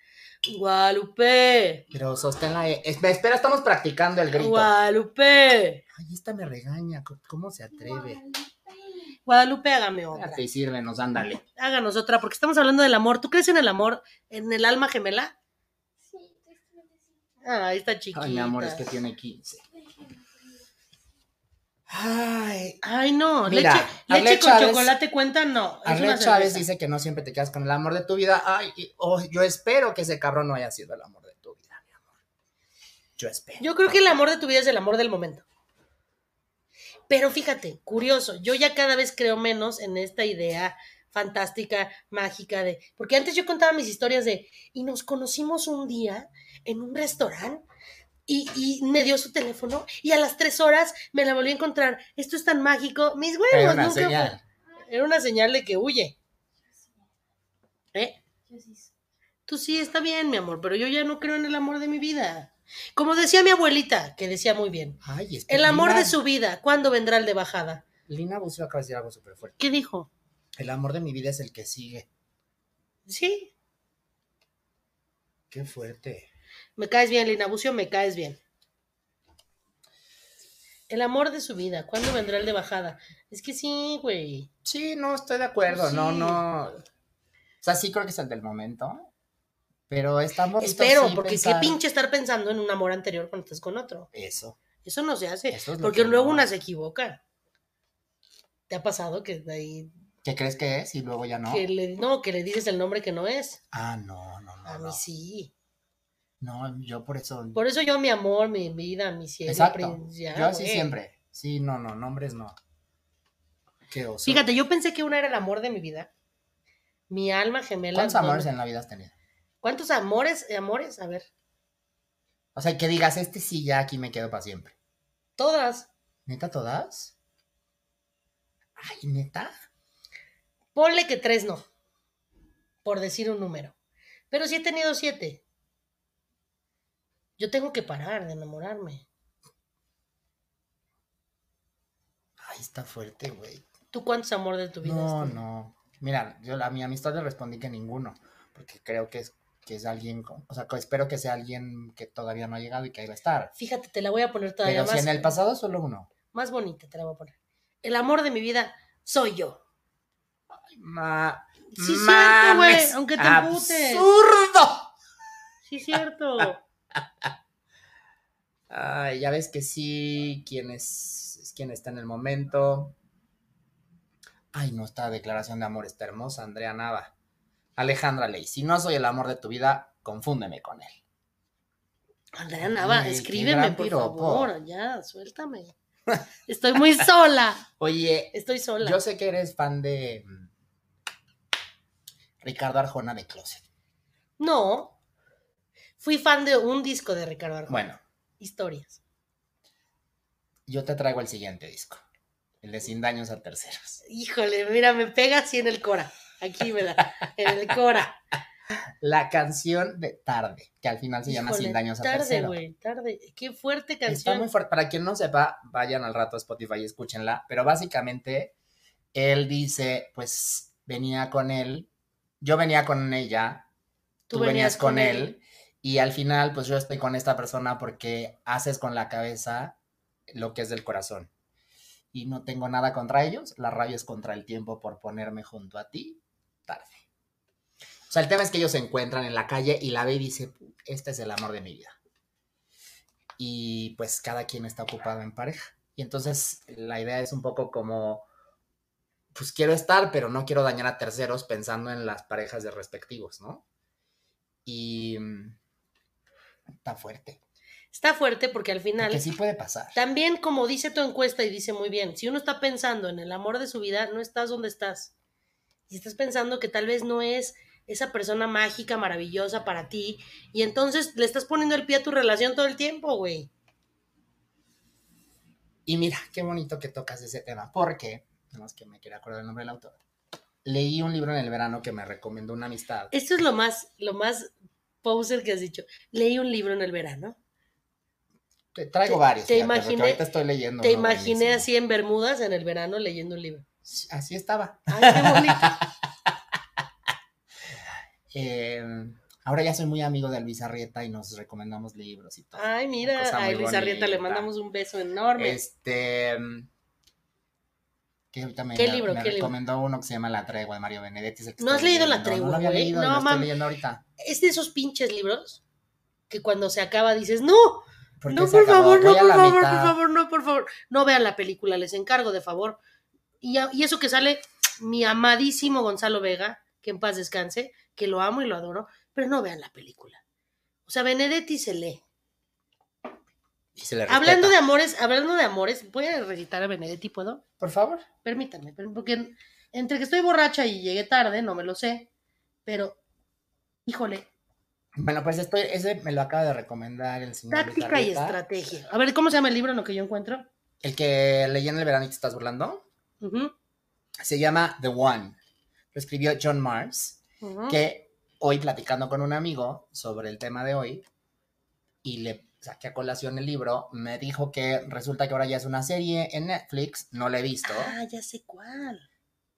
Guadalupe. Pero sostén la E. Es- Espera, estamos practicando el grito. Guadalupe. Ay, esta me regaña. co- ¿Cómo se atreve? Guadalupe, hágame otra. Espérate y sírvenos, ándale. Háganos otra porque estamos hablando del amor. ¿Tú crees en el amor, en el alma gemela? Sí, tristemente sí. Ah, está chiquita. Ay, mi amor, es que tiene 15. Ay. Ay, no. Mira, leche leche Arlet con Chávez- chocolate cuenta, no. Es una Arlet cerveza. Chávez dice que no siempre te quedas con el amor de tu vida. Ay, y- oh, yo espero que ese cabrón no haya sido el amor de tu vida, mi amor. Yo espero. Yo creo que el amor de tu vida es el amor del momento. Pero fíjate, curioso, yo ya cada vez creo menos en esta idea fantástica, mágica de... Porque antes yo contaba mis historias de... Y nos conocimos un día en un restaurante y, y me dio su teléfono y a las tres horas me la volví a encontrar. Esto es tan mágico. Mis huevos, Era una nunca fue- señal. Era una señal de que huye. ¿Eh? Yo sí soy. Tú sí, está bien, mi amor, pero yo ya no creo en el amor de mi vida. Como decía mi abuelita, que decía muy bien, Ay, espera, el amor Lina- de su vida, ¿cuándo vendrá el de bajada? Lina Bucio acaba de decir algo súper fuerte. ¿Qué dijo? El amor de mi vida es el que sigue. Sí, Qué fuerte. me caes bien, Lina Bucio, me caes bien. El amor de su vida, ¿cuándo vendrá el de bajada? Es que sí, güey. Sí, no, estoy de acuerdo. Pues Sí. No, no. O sea, sí creo que es el del momento. Pero estamos. Espero, porque qué pinche estar pensando en un amor anterior cuando estás con otro. Eso. Eso no se hace, Eso es lo porque que luego no. una se equivoca. ¿Te ha pasado que de ahí ¿Qué crees que es? Y luego ya no. que le no que le dices el nombre que no es? Ah, no, no, A no. mí No, sí. No, yo por eso. Por eso yo, mi amor, mi vida, mi cielo. eh. Exacto. prin- ya, Yo así güey. siempre. Sí, no, no, nombres no. Qué oso. Fíjate, yo pensé que una era el amor de mi vida. Mi alma gemela. ¿Cuántos ¿dónde- amores en la vida has tenido? ¿Cuántos amores? eh, Amores, a ver. O sea, que digas, este sí ya aquí me quedo para siempre. Todas. ¿Neta todas? Ay, neta. Ponle que tres no. Por decir un número. Pero sí he tenido siete. Yo tengo que parar de enamorarme. Ay, está fuerte, güey. ¿Tú cuántos amor de tu vida? No, has tenido? no. Mira, yo a mi amistad le respondí que ninguno, porque creo que es, que es alguien, con- o sea, que espero que sea alguien que todavía no ha llegado y que ahí va a estar. Fíjate, te la voy a poner todavía Pero si más, en el pasado solo uno. más bonita, te la voy a poner. El amor de mi vida soy yo. Ma- Sí, cierto, güey, mames, aunque te emputes. ¡Absurdo! Sí, cierto. Ay, ya ves que sí, quién es, es quién está en el momento. Ay, no, esta declaración de amor está hermosa, Andrea Nava. Alejandra Ley, si no soy el amor de tu vida, confúndeme con él. Andrea Nava, Güey, qué escríbeme, gran por piropo. favor. Ya, suéltame. Estoy muy sola. Oye, Estoy sola. yo sé que eres fan de mm, Ricardo Arjona de Closet. No. Fui fan de un disco de Ricardo Arjona. Bueno, Historias. yo te traigo el siguiente disco, el de Sin Daños a Terceros. Híjole, mira, me pega así en el Cora. Aquí me da. En el Cora. La canción de Tarde, que al final se llama Híjole, Sin Daños a Tarde, Terceros. güey, tarde. Qué fuerte Está canción. muy fuerte. Para quien no sepa, vayan al rato a Spotify y escúchenla. Pero básicamente, él dice, pues venía con él, yo venía con ella, tú, venías, con él, y al final, pues yo estoy con esta persona porque haces con la cabeza lo que es del corazón. Y no tengo nada contra ellos, la rabia es contra el tiempo por ponerme junto a ti tarde. O sea, el tema es que ellos se encuentran en la calle y la ve y dice, "Pu- este es el amor de mi vida. Y pues cada quien está ocupado en pareja. Y entonces la idea es un poco como, pues quiero estar, pero no quiero dañar a terceros pensando en las parejas de respectivos, ¿no? Y mm, está fuerte. Está fuerte porque al final, Que sí puede pasar. también como dice tu encuesta y dice muy bien, si uno está pensando en el amor de su vida, no estás donde estás. Y estás pensando que tal vez no es esa persona mágica, maravillosa para ti, y entonces le estás poniendo el pie a tu relación todo el tiempo, güey. Y mira, qué bonito que tocas ese tema, porque, no es que me quiera acordar el nombre del autor, leí un libro en el verano que me recomendó una amistad. Esto es lo más, lo más poser que has dicho. Leí un libro en el verano. Te traigo te- varios. te fíjate, porque imaginé- Ahorita estoy leyendo. Te uno imaginé buenísimo. así en Bermudas en el verano leyendo un libro. Sí, Así estaba. Ay, qué bonito. Eh, ahora ya soy muy amigo de Luis Arrieta y nos recomendamos libros y todo. Ay, mira, cosa a muy Luis Arrieta le bonita. mandamos un beso Ah, enorme. Este. mm, Que ahorita me, ¿Qué libro, me qué libro? recomendó uno que se llama La Tregua de Mario Benedetti. es el que ¿No estoy has leído La leyendo. No, Tregua, No lo había güey? leído, y No, lo estoy mam- leyendo ahorita. Es de esos pinches libros que cuando se acaba dices, no, Porque no, se por acabó. favor, no, Voy a por la favor, mitad. por favor, no, por favor. No vean la película, les encargo de favor. Y, a- y eso que sale mi amadísimo Gonzalo Vega, que en paz descanse, que lo amo y lo adoro, pero no vean la película. O sea, Benedetti se lee. Y se le Hablando de respeta. amores, hablando de amores, voy a recitar a Benedetti, ¿puedo? Por favor. permítanme, per- porque en- entre que estoy borracha y llegué tarde, no me lo sé, pero, híjole, Bueno, pues estoy, ese me lo acaba de recomendar el señor. Luis táctica y Arrieta. estrategia. A ver, ¿cómo se llama el libro en lo que yo encuentro? El que leí en el verano y te estás burlando. Ujú, Se llama The One. Lo escribió John Mars. ujú. que hoy platicando con un amigo sobre el tema de hoy y le saqué a colación el libro, me dijo que resulta que ahora ya es una serie en Netflix, no la he visto, Ah, ya sé cuál.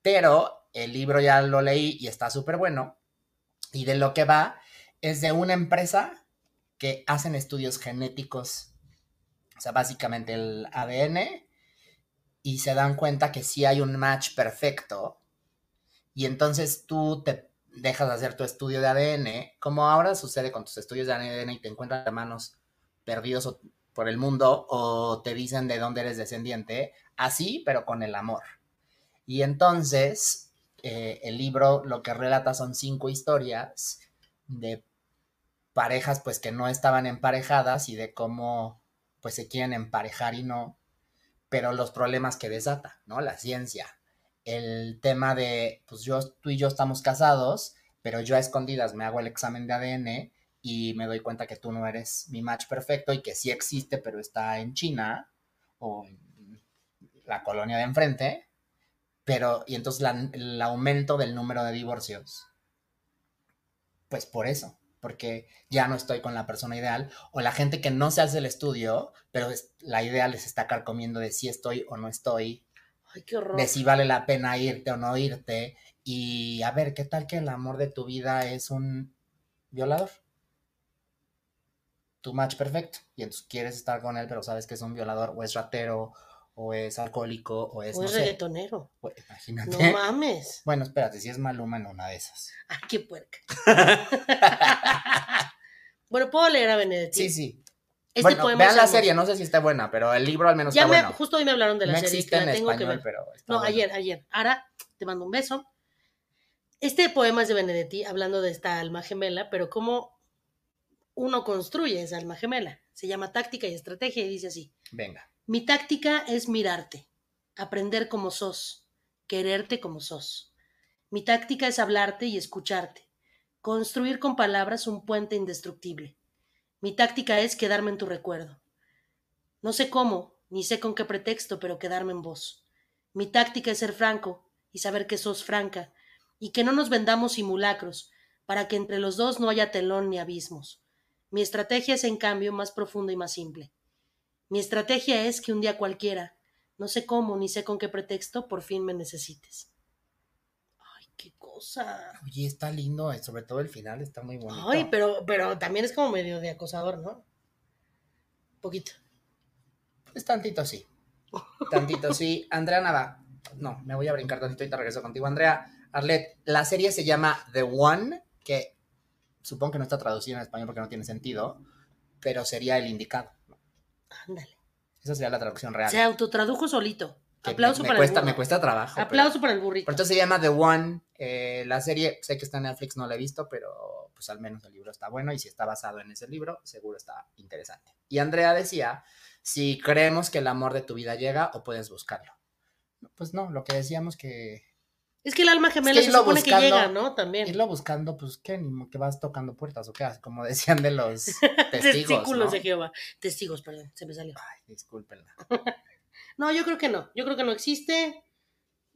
pero el libro ya lo leí y está súper bueno. Y de lo que va es de una empresa que hacen estudios genéticos, o sea, básicamente el ADN, y se dan cuenta que sí hay un match perfecto. Y entonces tú te dejas de hacer tu estudio de ADN, como ahora sucede con tus estudios de ADN y te encuentran hermanos perdidos o- por el mundo o te dicen de dónde eres descendiente, así, pero con el amor. Y entonces, eh, el libro lo que relata son cinco historias de parejas pues que no estaban emparejadas y de cómo pues se quieren emparejar y no, pero los problemas que desata, ¿no? La ciencia. El tema de, pues yo, tú y yo estamos casados, pero yo a escondidas me hago el examen de ADN y me doy cuenta que tú no eres mi match perfecto y que sí existe, pero está en China o en la colonia de enfrente pero y entonces la- el aumento del número de divorcios pues por eso porque ya no estoy con la persona ideal o la gente que no se hace el estudio pero es- la idea les está carcomiendo de si estoy o no estoy Ay, qué horror. de si vale la pena irte o no irte. Y a ver, ¿qué tal que el amor de tu vida es un violador? Tu match perfecto. Y entonces quieres estar con él, pero sabes que es un violador, o es ratero, o es alcohólico, o es, O no es sé, reggaetonero. o- No imagínate. mames. bueno, espérate, si es Maluma en una de esas. Ay, qué puerca. bueno, puedo leer a Benedetti. Sí, sí. Este bueno, poema vean es la hermoso. serie, no sé si está buena, pero el libro al menos Ya está me, bueno. justo hoy me hablaron de la no serie. existe que en la tengo que español, ver. pero está No, bueno. ayer, ayer. Ara, te mando un beso. Este poema es de Benedetti, hablando de esta alma gemela, pero cómo uno construye esa alma gemela. Se llama táctica y estrategia y dice así. Venga. Mi táctica es mirarte, aprender como sos, quererte como sos. Mi táctica es hablarte y escucharte, construir con palabras un puente indestructible. Mi táctica es quedarme en tu recuerdo. No sé cómo, ni sé con qué pretexto, pero quedarme en vos. Mi táctica es ser franco y saber que sos franca, y que no nos vendamos simulacros, para que entre los dos no haya telón ni abismos. Mi estrategia es, en cambio, más profunda y más simple. Mi estrategia es que un día cualquiera, no sé cómo ni sé con qué pretexto, por fin me necesites. Ay, qué cosa. Oye, está lindo, eh, sobre todo el final está muy bonito. Ay, pero, pero también es como medio de acosador, ¿no? Poquito. Pues tantito sí. Tantito sí. Andrea Nava. No, me voy a brincar tantito y te regreso contigo. Andrea, Arlet, la serie se llama The One, que supongo que no está traducida en español porque no tiene sentido, pero sería el indicado. Ándale. Esa sería la traducción real. Se autotradujo solito. Que me- Aplauso me, para cuesta, el burro. me cuesta trabajo. pero- Aplauso para el Pero burrito. entonces se llama The One. eh, la serie, sé que está en Netflix, no la he visto, pero pues al menos el libro está bueno y si está basado en ese libro, seguro está interesante. Y Andrea decía, si creemos que el amor de tu vida llega o puedes buscarlo. Pues no, lo que decíamos que Es que el alma gemela Es se que irlo supone que buscando- llega, ¿no? También. irlo buscando, pues qué, ni mo- que vas tocando puertas o qué, haces, como decían de los testigos, Testículos ¿no? de Jehová. Testigos, perdón, se me salió. Ay, discúlpenla. No, yo creo que no. Yo creo que no existe.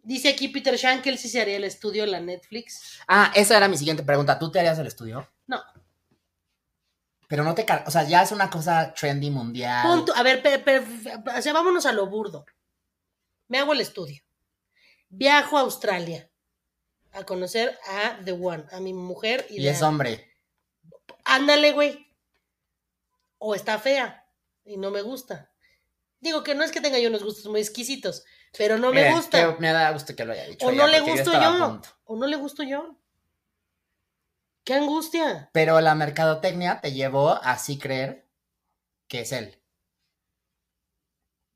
Dice aquí Peter Shankel si se haría el estudio en la Netflix. Ah, esa era mi siguiente pregunta. ¿Tú te harías el estudio? No. Pero no te... car- O sea, ya es una cosa trendy mundial. Punto. A ver, pe- pe- o sea, vámonos a lo burdo. Me hago el estudio. Viajo a Australia a conocer a The One, a mi mujer. Y, Y la- es hombre. Ándale, güey. O está fea y no me gusta. Digo que no es que tenga yo unos gustos muy exquisitos, pero no me Miren, gusta. qué- me da gusto que lo haya dicho. O ella, no le porque gusto estaba a yo. punto. O no le gusto yo. Qué angustia. Pero la mercadotecnia te llevó a así creer que es él.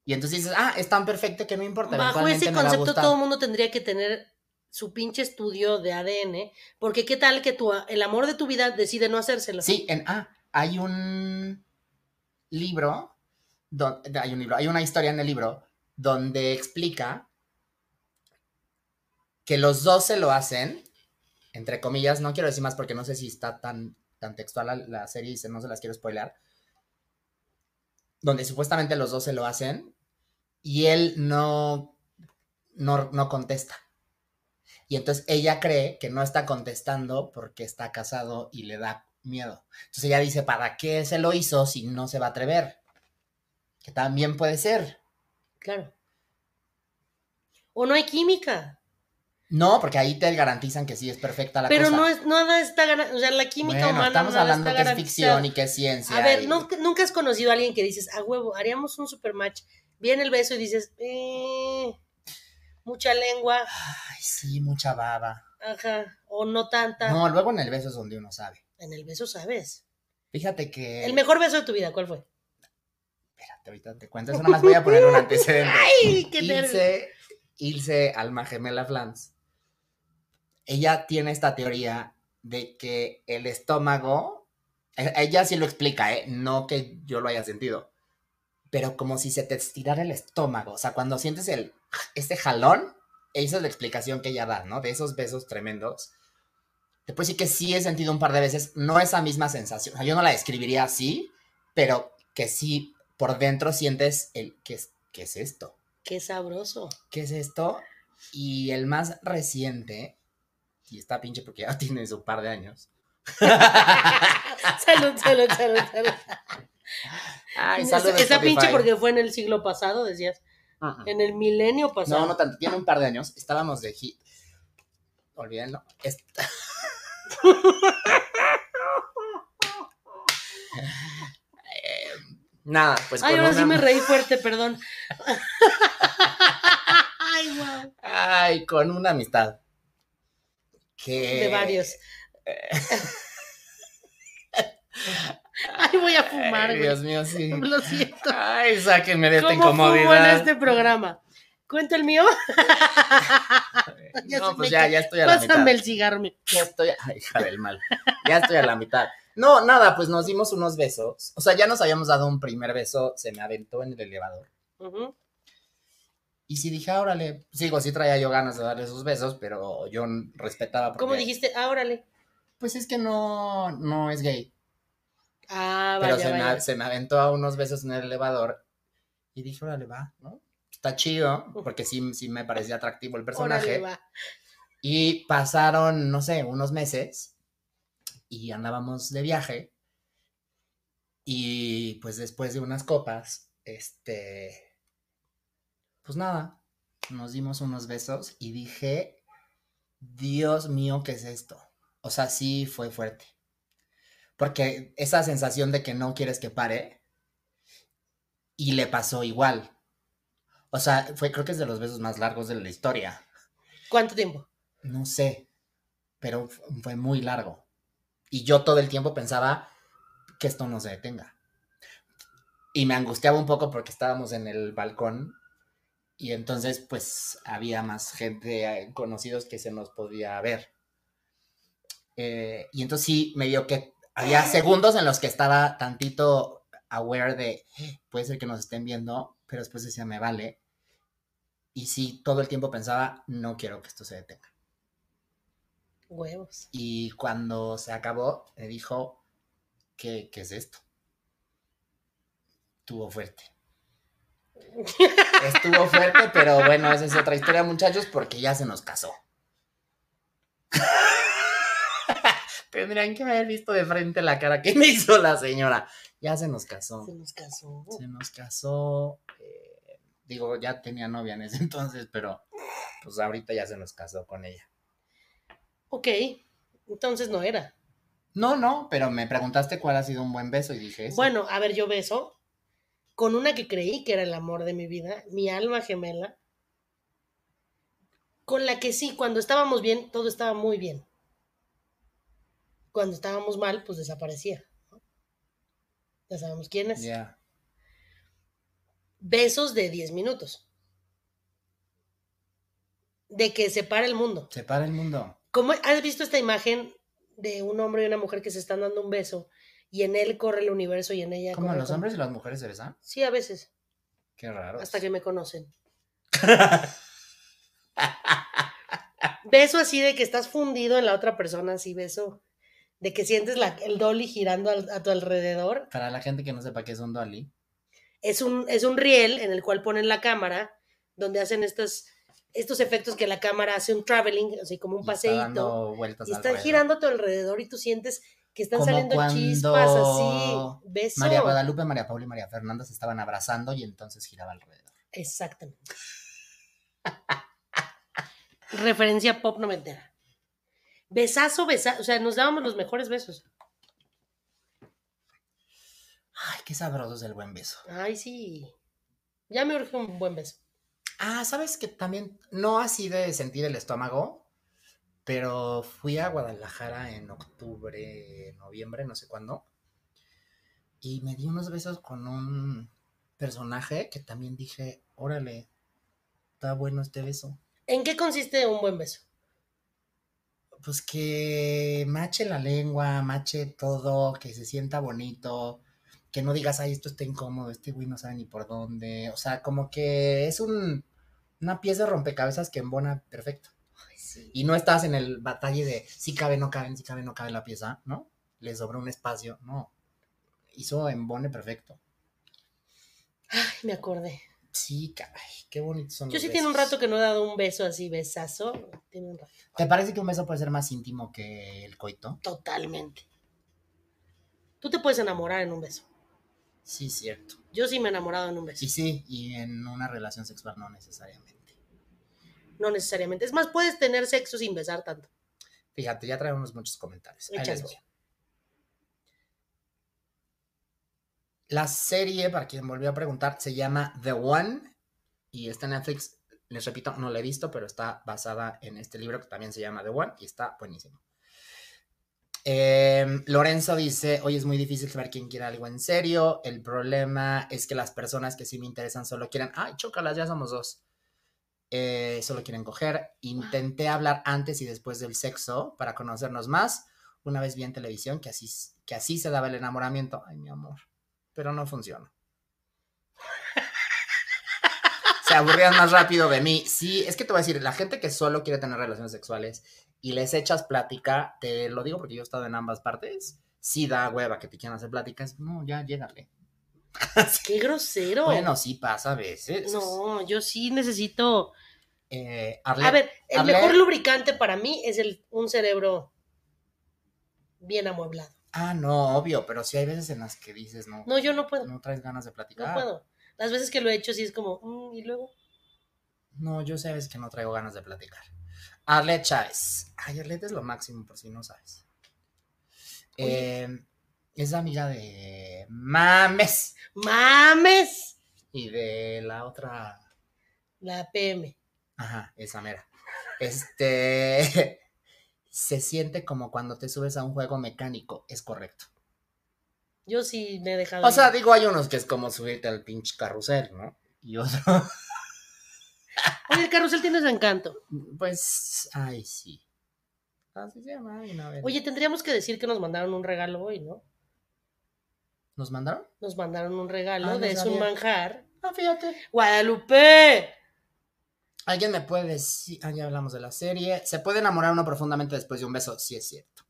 Y entonces dices, ah, es tan perfecto que no importa. Bajo eventualmente ese me va a concepto gustar. todo el mundo tendría que tener su pinche estudio de ADN, porque qué tal que tu, el amor de tu vida decide no hacérselo. Sí, en, ah, hay un libro, don- hay un libro, hay una historia en el libro donde explica que los dos se lo hacen, entre comillas, no quiero decir más porque no sé si está tan, tan textual la, la serie y se- no se las quiero spoiler, donde supuestamente los dos se lo hacen y él no, no, no contesta. Y entonces ella cree que no está contestando porque está casado y le da miedo. Entonces ella dice, ¿para qué se lo hizo si no se va a atrever? Que también puede ser. Claro. O no hay química. No, porque ahí te garantizan que sí es perfecta la pero cosa. no es nada está garantizada. O sea, la química bueno, humana estamos nada hablando está que es garantizada. ficción y que es ciencia. A ver, y- nunca, nunca has conocido a alguien que dices, a huevo, haríamos un supermatch. Viene el beso y dices, eh, mucha lengua, Ay, sí, mucha baba. ajá, o no tanta. No, luego en el beso es donde uno sabe. En el beso sabes. Fíjate que... El mejor beso de tu vida, ¿cuál fue? Espérate, ahorita te cuento. Eso nada más voy a poner un antecedente. ¡Ay, qué nervio! Ilse, Ilse Alma Gemela Flans, ella tiene esta teoría de que el estómago, e- ella sí lo explica, ¿eh? no que yo lo haya sentido, pero como si se te estirara el estómago, o sea, cuando sientes el, este jalón, esa es la explicación que ella da, ¿no? De esos besos tremendos. Te puedo decir que sí he sentido un par de veces, no esa misma sensación, o sea, yo no la describiría así, pero que sí por dentro sientes el, ¿qué es, qué es esto? ¡Qué sabroso! ¿qué es esto? Y el más reciente, y está pinche porque ya tiene su par de años. Salud, salud, salud, salud. Ay, Esa- saludos, Esa pinche Spotify. porque fue en el siglo pasado, decías. Mm, mm. En el milenio pasado. No, no tanto. Tiene un par de años. Estábamos de hit. Olvídenlo. Est- Eh, Nada, pues Ay, con ahora una- sí me reí fuerte, perdón. Ay, wow. Ay, con una amistad. Que... De varios. Ay, voy a fumar, Ay, güey. Dios mío, sí. Lo siento. Ay, sáquenme de esta ¿Cómo fumo en incomodidad. este programa? ¿Cuento el mío? Ya se No, pues me ya, cae. ya estoy a la mitad. Pásame el cigarro. mi- Ya estoy, ay, hija del mal. Ya estoy a la mitad. No, nada, pues nos dimos unos besos. O sea, ya nos habíamos dado un primer beso, se me aventó en el elevador. Ujú. Y si dije, ah, órale, sigo, sí traía yo ganas de darle sus besos, pero yo n- respetaba. Porque, ¿Cómo dijiste? Ah, órale. Pues es que no, no es gay. Ah, pero vaya, se, vaya. Me, se me aventó a unos besos en el elevador. Y dije, órale, va, ¿no? Está chido, porque sí, sí me parecía atractivo el personaje. Órale, va. Y pasaron, no sé, unos meses y andábamos de viaje. Y pues después de unas copas, este, pues nada, nos dimos unos besos y dije, Dios mío, ¿qué es esto? O sea, sí fue fuerte. Porque esa sensación de que no quieres que pare, y le pasó igual. O sea, fue creo que es de los besos más largos de la historia. ¿Cuánto tiempo? No sé, pero f- fue muy largo. Y yo todo el tiempo pensaba que esto no se detenga. Y me angustiaba un poco porque estábamos en el balcón y entonces pues había más gente eh, conocidos que se nos podía ver. Eh, y entonces sí, me dio que había segundos en los que estaba tantito aware de, "Eh, puede ser que nos estén viendo, pero después decía, me vale. Y sí, todo el tiempo pensaba, no quiero que esto se detenga. Huevos. Y cuando se acabó, me dijo, ¿qué, qué es esto? Estuvo fuerte. Estuvo fuerte, pero bueno, esa es otra historia, muchachos, porque ya se nos casó. Tendrían que haber visto de frente la cara que me hizo la señora. Ya se nos casó. Se nos casó. Se nos casó. eh, digo, ya tenía novia en ese entonces, pero pues ahorita ya se nos casó con ella. Ok. Entonces no era. No, no, pero me preguntaste cuál ha sido un buen beso y dije eso. Bueno, a ver, yo beso con una que creí que era el amor de mi vida, mi alma gemela, con la que sí, cuando estábamos bien, todo estaba muy bien. Cuando estábamos mal, pues desaparecía. ¿no? Ya sabemos quién es. Ya. Besos de 10 minutos. De que se para el mundo. Se para el mundo. ¿Cómo has visto esta imagen de un hombre y una mujer que se están dando un beso y en él corre el universo y en ella ¿Cómo corre los todo? hombres y las mujeres se besan? Sí, a veces. Qué raro. Hasta que me conocen. beso así de que estás fundido en la otra persona, así beso. De que sientes la- el dolly girando al- a tu alrededor. Para la gente que no sepa qué es un dolly. Es un, es un riel en el cual ponen la cámara, donde hacen estas, estos efectos que la cámara hace un traveling, así como un y paseíto. Está dando vueltas y están alrededor. girando a tu alrededor y tú sientes que están Como saliendo cuando chispas así. Beso. María Guadalupe, María Paula y María Fernanda se estaban abrazando y entonces giraba alrededor. Exactamente. Referencia pop no me entera. Besazo, besazo. O sea, nos dábamos los mejores besos. Ay, qué sabroso es el buen beso. Ay, sí. Ya me urge un buen beso. Ah, ¿sabes que también? No así de sentir el estómago, pero fui a Guadalajara en octubre, noviembre, no sé cuándo, y me di unos besos con un personaje que también dije, órale, está bueno este beso. ¿En qué consiste un buen beso? Pues que mache la lengua, mache todo, que se sienta bonito, que no digas, ay, esto está incómodo, este güey no sabe ni por dónde. O sea, como que es un, una pieza de rompecabezas que embona perfecto. Ay, sí. y no estás en el batalle de si cabe, no caben, si cabe, no cabe la pieza, ¿no? Le sobró un espacio, no. Hizo embone perfecto. Ay, me acordé. Sí, caray, qué bonitos son Yo los sí tiene un besos. rato que no he dado un beso así, besazo. Tiene un rato. ¿Te parece que un beso puede ser más íntimo que el coito? Totalmente. Tú te puedes enamorar en un beso. Sí, cierto. Yo sí me he enamorado en un beso. Y sí, y en una relación sexual no necesariamente. No necesariamente. Es más, puedes tener sexo sin besar tanto. Fíjate, ya traemos muchos comentarios. Ahí les Échalos. voy. La serie, para quien volvió a preguntar, se llama The One y está en Netflix. Les repito, no la he visto, pero está basada en este libro que también se llama The One y está buenísimo. Em, Lorenzo dice, hoy es muy difícil saber quién quiere algo en serio. El problema es que las personas que sí me interesan solo quieren, ay, chócalas, ya somos dos. Eh, solo quieren coger. Intenté hablar antes y después del sexo para conocernos más. Una vez vi en televisión que así, s- que así se daba el enamoramiento. Ay, mi amor. Pero no funcionó. Se aburrían más rápido de mí. Sí, es que te voy a decir, la gente que solo quiere tener relaciones sexuales y les echas plática, te lo digo porque yo he estado en ambas partes, sí da hueva que te quieran hacer pláticas. No, ya, llégale. ¡Qué grosero! Bueno, sí pasa a veces. no, yo sí necesito. Eh, Arlet- A ver, el Arlet- mejor lubricante para mí es el, un cerebro bien amueblado. Ah, no, obvio, pero sí hay veces en las que dices, no, No, yo no puedo. no traes ganas de No platicar. puedo. Las veces que lo he hecho, sí es como, "Mm, y luego. No, yo sabes que no traigo ganas de platicar. Arlet Chávez. Ay, Arlet es lo máximo, por si no sabes. Eh, es amiga de Mames ¡Mames! y de la otra. La PM. Ajá, esa mera. Este. Se siente como cuando te subes a un juego mecánico, es correcto. Yo sí me he dejado. O sea, digo, hay unos que es como subirte al pinche carrusel, ¿no? Y otros. Oye, el carrusel tiene su encanto. Pues, ay, sí. Así se llama, ay, no, a ver. Oye, tendríamos que decir que nos mandaron un regalo hoy, ¿no? ¿nos mandaron? Nos mandaron un regalo Ah, no de Es un sabía. manjar. Ah, fíjate. ¡Guadalupe! Alguien me puede decir, ah, ya hablamos de la serie. ¿Se puede enamorar uno profundamente después de un beso? Sí, es cierto.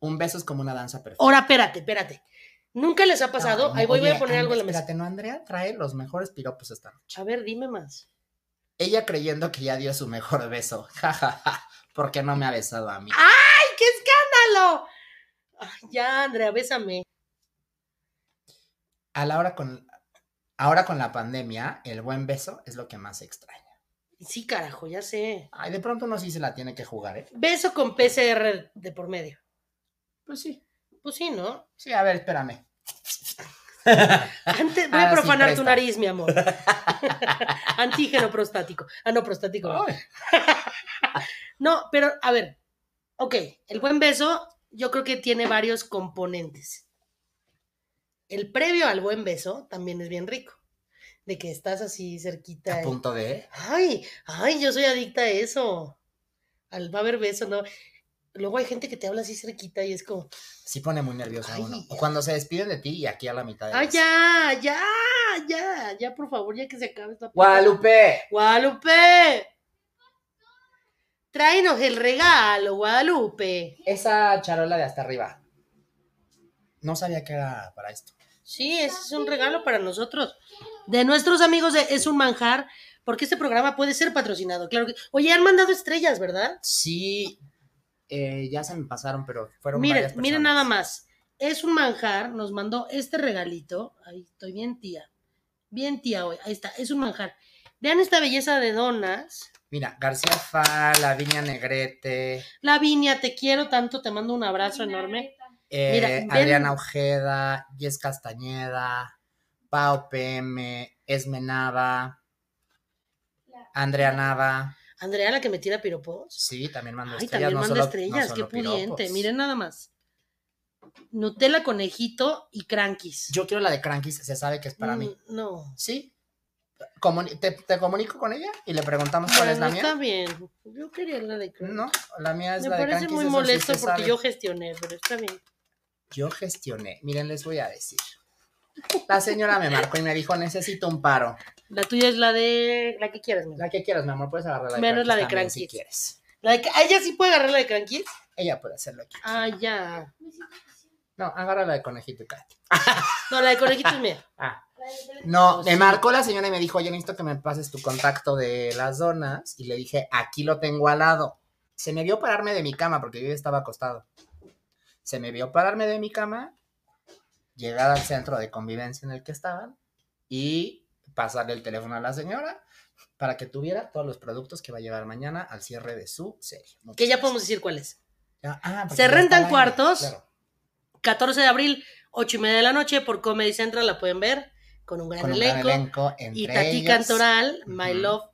Un beso es como una danza perfecta. Ahora, espérate, espérate. Nunca les ha pasado. Ay, Ahí voy, voy a oye, poner algo en la Andrea, mesa. Ah. Espérate, no, Andrea trae los mejores piropos esta noche. A ver, dime más. Ella creyendo que ya dio su mejor beso. Ja, ja, ja. ¿Por qué no me ha besado a mí? Ah. ¡Ay, qué escándalo! Ay, ya, Andrea, bésame. A la hora con, ahora con la pandemia, el buen beso es lo que más extraña. Sí, carajo, ya sé. Ay, de pronto uno sí se la tiene que jugar, ¿eh? Beso con PCR de por medio. Pues sí. Pues sí, ¿no? Sí, a ver, espérame. Antes, voy a Ahora Ah, sí, profanar tu presta. nariz, mi amor. Antígeno prostático. Ah, no, prostático. no. Ay. No, pero a ver, ok, el buen beso yo creo que tiene varios componentes. El previo al buen beso también es bien rico, de que estás así cerquita. A y- punto de. Ay, ay, yo soy adicta a eso. Al va a haber beso, ¿no? Luego hay gente que te habla así cerquita y es como, Sí pone muy nervioso a Ay. uno. O cuando se despiden de ti y aquí a la mitad de. ay, las- ¡Ah, ya, ya, ya, ya, por favor, ya que se acabe esta... ¡Guadalupe! Guadalupe. Tráenos el regalo, Guadalupe. Esa charola de hasta arriba. No sabía que era para esto. Sí, ese es un regalo para nosotros. De nuestros amigos de Es un Manjar, porque este programa puede ser patrocinado, claro que. Oye, han mandado estrellas, ¿verdad? Sí. eh, ya se me pasaron, pero fueron Miren, varias miren personas. nada más. Es un Manjar nos mandó este regalito. Ahí estoy bien tía. Bien tía hoy. Ahí está, Es un Manjar. Vean esta belleza de donas. Mira, García Fa, Lavinia Negrete, Lavinia, te quiero tanto, te mando un abrazo Una enorme. areta. eh, Mira, ven- Adriana Ojeda, Jess Castañeda, Pau PM, Esmenava, La- Andrea Nava. Andrea, la que me tira piropos. Sí, también mando Ay, estrellas. también no manda solo- no estrellas, qué solo pudiente. piropos. Miren nada más. Nutella, conejito y crankies. Yo quiero la de Crankies, se sabe que es para Mm, mí. No. ¿Sí? Comuni- te, te comunico con ella y le preguntamos cuál es Bueno, la está mía? bien. Yo quería la de crankies. No, la mía es Me la de parece Crankies. muy eso sí molesto se porque sabe. yo gestioné, pero está bien. Yo gestioné. Miren, les voy a decir. La señora me marcó y me dijo, necesito un paro. La tuya es la de. La que quieras, mi amor. La que quieras, mi amor, puedes agarrar la de Menos la de también, si Crankies. quieres. La de... Ah, ella sí puede agarrar la de crankies. Ella puede hacerlo aquí. Ah, ya. Me siento especial. No, agarra la de conejito y cállate. No, la de conejito es mía. Ah, La de- de- No, Pues me sí. marcó la señora y me dijo, oye, necesito que me pases tu contacto de las donas. Y le dije, aquí lo tengo al lado. Se me vio pararme de mi cama porque yo ya estaba acostado. Se me vio pararme de mi cama llegar al centro de convivencia en el que estaban y pasarle el teléfono a la señora para que tuviera todos los productos que va a llevar mañana al cierre de su serie. Que ya Muchas podemos decir cuál es. gracias. Ya- ah, porque Se ya está rentan al aire, cuartos. claro, 14 de abril, 8 y media de la noche, por Comedy Central la pueden ver con un gran con un gran elenco. elenco entre y Tati ellos. Cantoral, My Ujú. Love,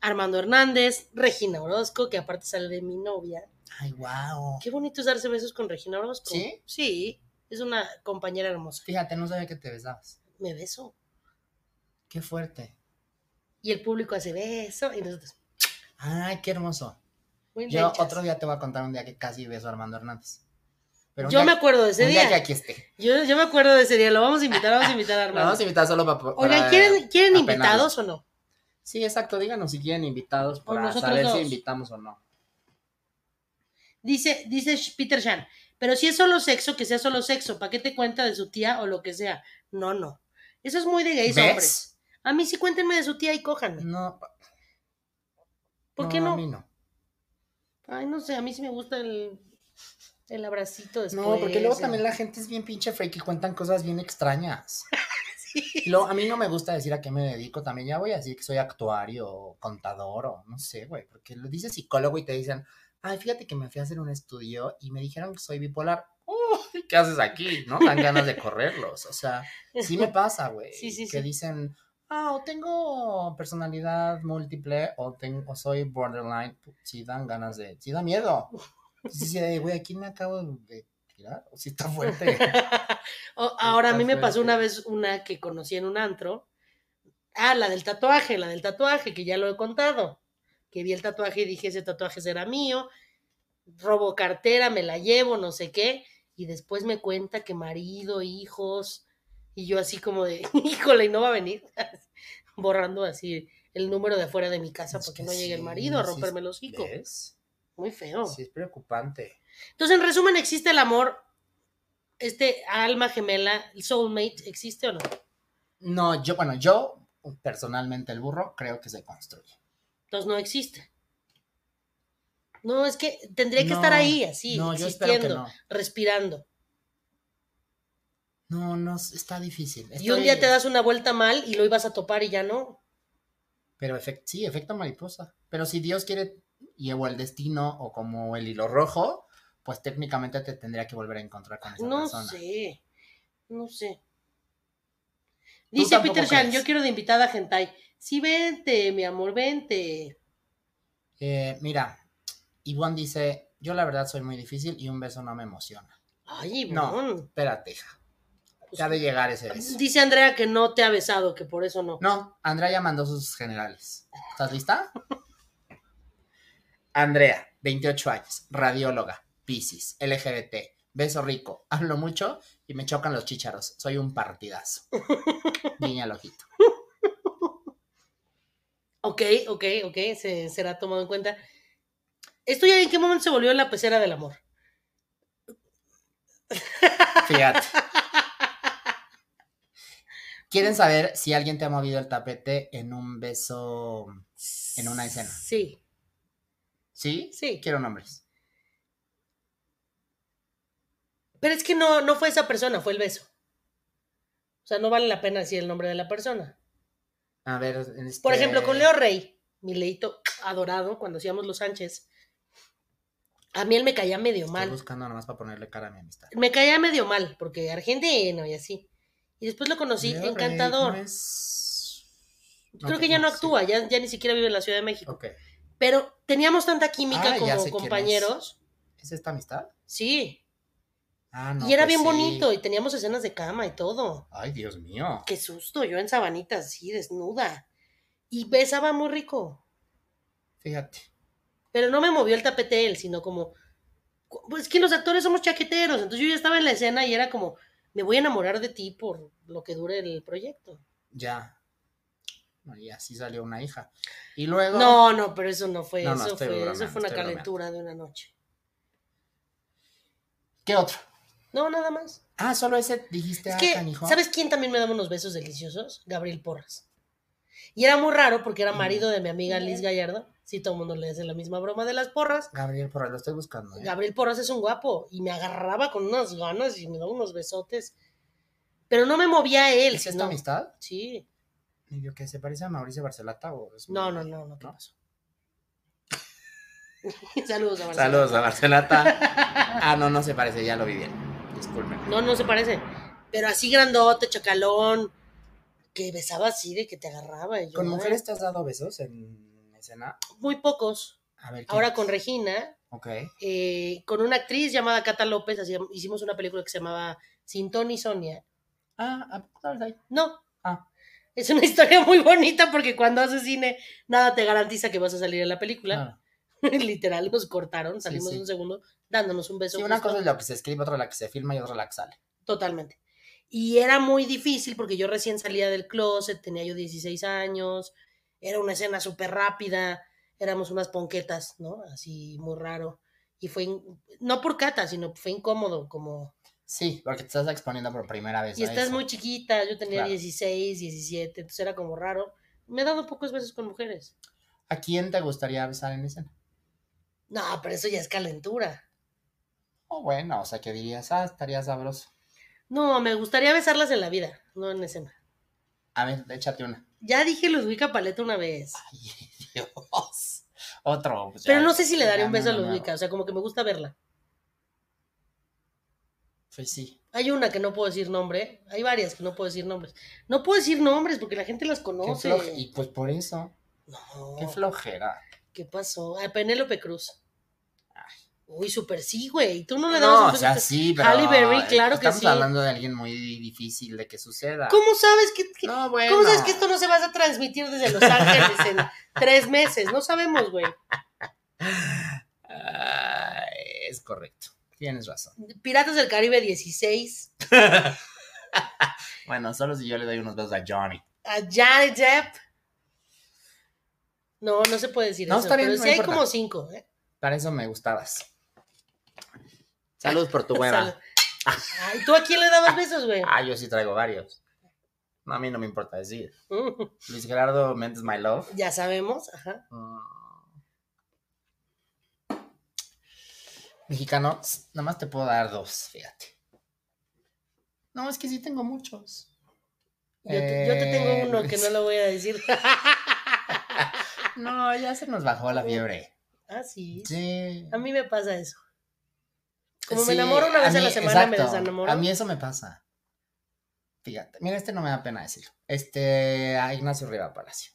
Armando Hernández, Regina Orozco, que aparte sale de mi novia. Ay, wow. Qué bonito es darse besos con Regina Orozco. ¿Sí? Sí, es una compañera hermosa. Fíjate, no sabía que te besabas. Me beso. Qué fuerte. Y el público hace beso. Y nosotros, Ay, qué hermoso. muy Yo rechas. otro día te voy a contar un día que casi beso a Armando Hernández. Pero un Yo día- me acuerdo de ese un día día. que aquí esté. Yo, yo me acuerdo de ese día. Lo vamos a invitar, vamos a invitar a Lo Armando. vamos a invitar solo pa- para. Oigan, ¿quieren, quieren apenarlos. invitados o no? Sí, exacto. Díganos si quieren invitados O para nosotros saber si dos. invitamos o no. Dice, dice Sh- Peter Shan, pero si es solo sexo, que sea solo sexo, ¿para qué te cuenta de su tía o lo que sea? No, no. Eso es muy de gays ¿Ves? hombres. A mí sí cuéntenme de su tía y cójanme. No. ¿Por qué A no? mí no. Ay, no sé, a mí sí me gusta el, el abracito después. No, porque luego el- también la gente es bien pinche freak y cuentan cosas bien extrañas. Y luego, a mí no me gusta decir a qué me dedico, también ya voy a decir que soy actuario o contador o no sé, güey, porque lo dice psicólogo y te dicen, ay, fíjate que me fui a hacer un estudio y me dijeron que soy bipolar. Uy, ¿qué haces aquí? ¿No? Dan ganas de correrlos, o sea, sí me pasa, güey. Sí, sí, que sí. dicen, ah, o tengo personalidad múltiple o, tengo, o soy borderline, Pu- sí dan ganas de, sí da miedo. Sí, sí, de, güey, ¿a quién me acabo de tirar? O sí está fuerte. O- ahora a mí Está me pasó fuerte. una vez una que conocí en un antro. Ah, la del tatuaje, la del tatuaje, que ya lo he contado. Que vi el tatuaje y dije, ese tatuaje será mío. Robo cartera, me la llevo, no sé qué. Y después me cuenta que marido, hijos. Y yo así como de, híjole, ¿y no va a venir. Borrando así el número de afuera de mi casa Es porque que no llegue el sí, marido a sí es- romperme los hijos. ¿Ves? Muy feo. Sí, es preocupante. Entonces, en resumen, ¿existe el amor? Este alma gemela, el soulmate, ¿existe o no? No, yo, bueno, yo personalmente el burro creo que se construye. Entonces no existe. No, es que tendría que estar No, ahí, así, no, yo espero existiendo, que no. respirando. No, no, s- está difícil. Y un Estoy- día te das una vuelta mal y lo ibas a topar y ya no. Pero efect- sí, efecto mariposa. Pero si Dios quiere, y o el destino, o como el hilo rojo, pues técnicamente te tendría que volver a encontrar con esa No persona. sé, no sé. Dice tampoco Peter Chan, crees. yo quiero de invitada a Gentai. Sí, vente, mi amor, vente. Eh, mira, Ivonne dice, yo la verdad soy muy difícil y un beso no me emociona. Ay, No. no. Espérate, hija. Pues Ya ha de llegar ese beso. Dice Andrea que no te ha besado, que por eso no. No, Andrea ya mandó sus generales. ¿Estás lista? Andrea, 28 años, radióloga, Piscis, LGBT, beso rico, hablo mucho y me chocan los chícharos. Soy un partidazo. Guiña el ojito. Ok, ok, ok, se, será tomado en cuenta. ¿Esto ya en qué momento se volvió la pecera del amor? Fíjate. ¿Quieren saber si alguien te ha movido el tapete en un beso? En una escena. Sí, ¿Sí? sí. Quiero nombres. Pero es que no, no fue esa persona, fue el beso. O sea, no vale la pena decir el nombre de la persona. A ver. Por este, ejemplo, con Leo Rey, mi leito adorado, cuando hacíamos Los Sánchez, a mí él me caía medio Estoy mal. buscando nomás para ponerle cara a mi amistad. Me caía medio mal, porque argentino y así. Y después lo conocí, Leo Rey, encantador. no es- Creo que ya no sí. actúa, ya, ya ni siquiera vive en la Ciudad de México. Ok. Pero teníamos tanta química Ah, ya sé quién como es. compañeros. ¿Es esta amistad? Sí, Ah, no. y era pues bien sí. bonito y teníamos escenas de cama y todo. Ay, Dios mío. Qué susto, yo en sabanita así, desnuda. Y besaba muy rico. Fíjate. Pero no me movió el tapete él, sino como. cu- Pues que los actores somos chaqueteros. Entonces yo ya estaba en la escena y era como, me voy a enamorar de ti por lo que dure el proyecto. Ya. No, Y así salió una hija. Y luego. No, no, pero eso no fue. No, no, eso, estoy fue bromeando, eso fue una estoy bromeando. calentura de una noche. ¿Qué otro? No, nada más. Ah, solo ese dijiste. Es ah, que, canijo. ¿sabes quién también me daba unos besos deliciosos? Gabriel Porras. Y era muy raro porque era Mm. marido de mi amiga Liz Gallardo. Si todo el mundo le hace la misma broma de las porras. Gabriel Porra, lo estoy buscando. ¿eh? Gabriel Porras es un guapo y me agarraba con unas ganas y me daba unos besotes. Pero no me movía a él. ¿Es esta sino- amistad? Sí. Y yo, que se parece a Mauricio Barcelata o es- No, no, no, no te pasó. Saludos a Marcelo. Saludos a Barcelata. ah, no, no se parece, ya lo vi bien. Disculpen. No, no se parece. Pero así grandote, chacalón, que besaba así, de que te agarraba. y yo, ¿Con "Ay". mujeres te has dado besos en escena? Muy pocos. A ver, ¿quién? Ahora con Regina, Ok. eh, con una actriz llamada Cata López, hacíamos- hicimos una película que se llamaba Sin Tony y Sonia. Ah, ¿a poco estabas ahí? No. Ah. Es una historia muy bonita porque cuando haces cine, nada te garantiza que vas a salir en la película. Claro. Literal, nos cortaron, salimos sí. un segundo dándonos un beso. Sí, una justo. cosa es lo que se escribe, otra la que se filma y otra la que sale. Totalmente. Y era muy difícil porque yo recién salía del closet, tenía yo 16 años, era una escena súper rápida, éramos unas ponquetas, ¿no? Así muy raro. Y fue, in- no por cata, sino fue incómodo, como... Sí, porque te estás exponiendo por primera vez. Y pues, a estás eso. muy chiquita, yo tenía Claro. 16, 17, entonces era como raro. Me he dado pocos besos con mujeres. ¿A quién te gustaría besar en escena? No, pero eso ya es calentura. Oh, bueno, o sea, que dirías, ah, estaría sabroso. No, me gustaría besarlas en la vida, no en escena. A ver, échate una. Ya dije Ludwika Paleta una vez. Ay, Dios. Otro. pues, Pero ya, no sé si le daré ya, un no, beso a no, no. Ludwika, o sea, como que me gusta verla. Pues sí. Hay una que no puedo decir nombre, hay varias que no puedo decir nombres. No puedo decir nombres porque la gente las Qué conoce. floje- Y pues por eso. No, Qué flojera. ¿qué pasó? A Penélope Cruz. Uy, súper sí, güey. Tú no le dabas No, un o beso sea, a- sí, pero. eh, Halle Berry, claro que Estamos sí. hablando de alguien muy difícil de que suceda. ¿Cómo sabes que, que- No, bueno. ¿Cómo sabes que esto no se va a transmitir desde Los Ángeles en tres meses? No sabemos, güey. Ah, es correcto. Tienes razón. Piratas del Caribe 16, Bueno, solo si yo le doy unos besos a Johnny. a Janet Depp. No, no se puede decir No, eso. está bien, pero no sí hay importa. como cinco, ¿eh? Para eso me gustabas. Salud por tu Salud. hueva. Ay, ¿tú a quién le dabas besos, güey? Ah, yo sí traigo varios. No, a mí no me importa decir. Luis Gerardo Méndez, my love. Mm, Ya sabemos, ajá. Mm. Mexicano, nada más te puedo dar dos, fíjate. No, es que sí tengo muchos. Yo te, yo te tengo Eh, uno que no lo voy a decir. No, ya se nos bajó la fiebre. ah, sí. Sí. A mí me pasa eso. Como Sí, me enamoro una vez a a, la mí- semana, me exacto, desenamoro. A mí eso me pasa. Fíjate, mira, este no me da pena decirlo. Este, a Ignacio Riva Palacio.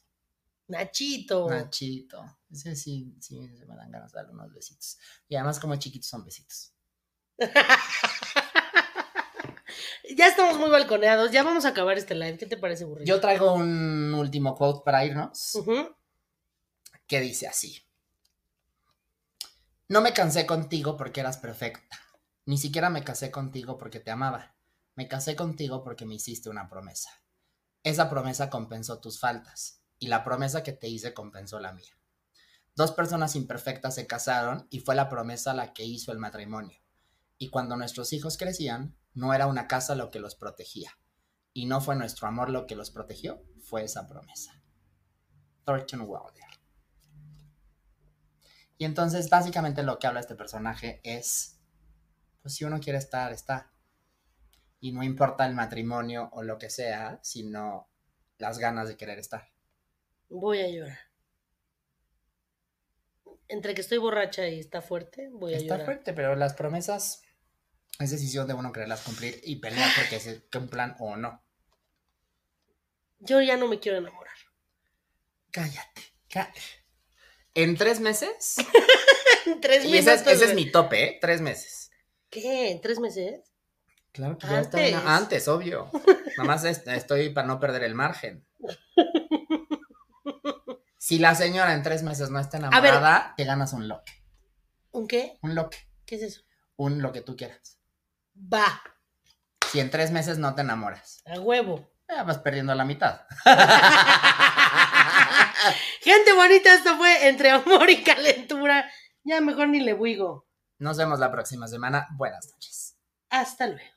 Nachito. Nachito. Ese sí, sí, se me dan ganas de darle unos besitos. Y además, como es chiquito, son besitos. ya estamos muy balconeados. Ya vamos a acabar este live. ¿Qué te parece, burrito? Yo traigo un último quote para irnos, Ujú. que dice así. No me cansé contigo porque eras perfecta. Ni siquiera me casé contigo porque te amaba. Me casé contigo porque me hiciste una promesa. Esa promesa compensó tus faltas y la promesa que te hice compensó la mía. Dos personas imperfectas se casaron y fue la promesa la que hizo el matrimonio. Y cuando nuestros hijos crecían, no era una casa lo que los protegía. Y no fue nuestro amor lo que los protegió, fue esa promesa. Thornton Wilder. Y entonces básicamente lo que habla este personaje es, pues si uno quiere estar, está. Y no importa el matrimonio o lo que sea, sino las ganas de querer estar. Voy a llorar. Entre que estoy borracha y está fuerte, voy a Está llorar. fuerte, pero las promesas es decisión de uno quererlas cumplir y pelear porque se cumplan o no. Yo ya no me quiero enamorar. Cállate. ca- En tres meses. En tres y ese meses. es, ese es mi tope, ¿eh? Tres meses. ¿Qué? ¿En tres meses? Claro pues, que ya está Antes. una- Antes, obvio. Nada más es- estoy para no perder el margen. Si la señora en tres meses no está ver. enamorada, te ganas un loque. ¿Un qué? Un loque. ¿Qué es eso? Un lo que tú quieras. Va, Si en tres meses no te enamoras, a huevo. eh, vas perdiendo la mitad. Gente bonita, esto fue entre amor y calentura. Ya mejor ni le huigo. Nos vemos la próxima semana. Buenas noches. Hasta luego.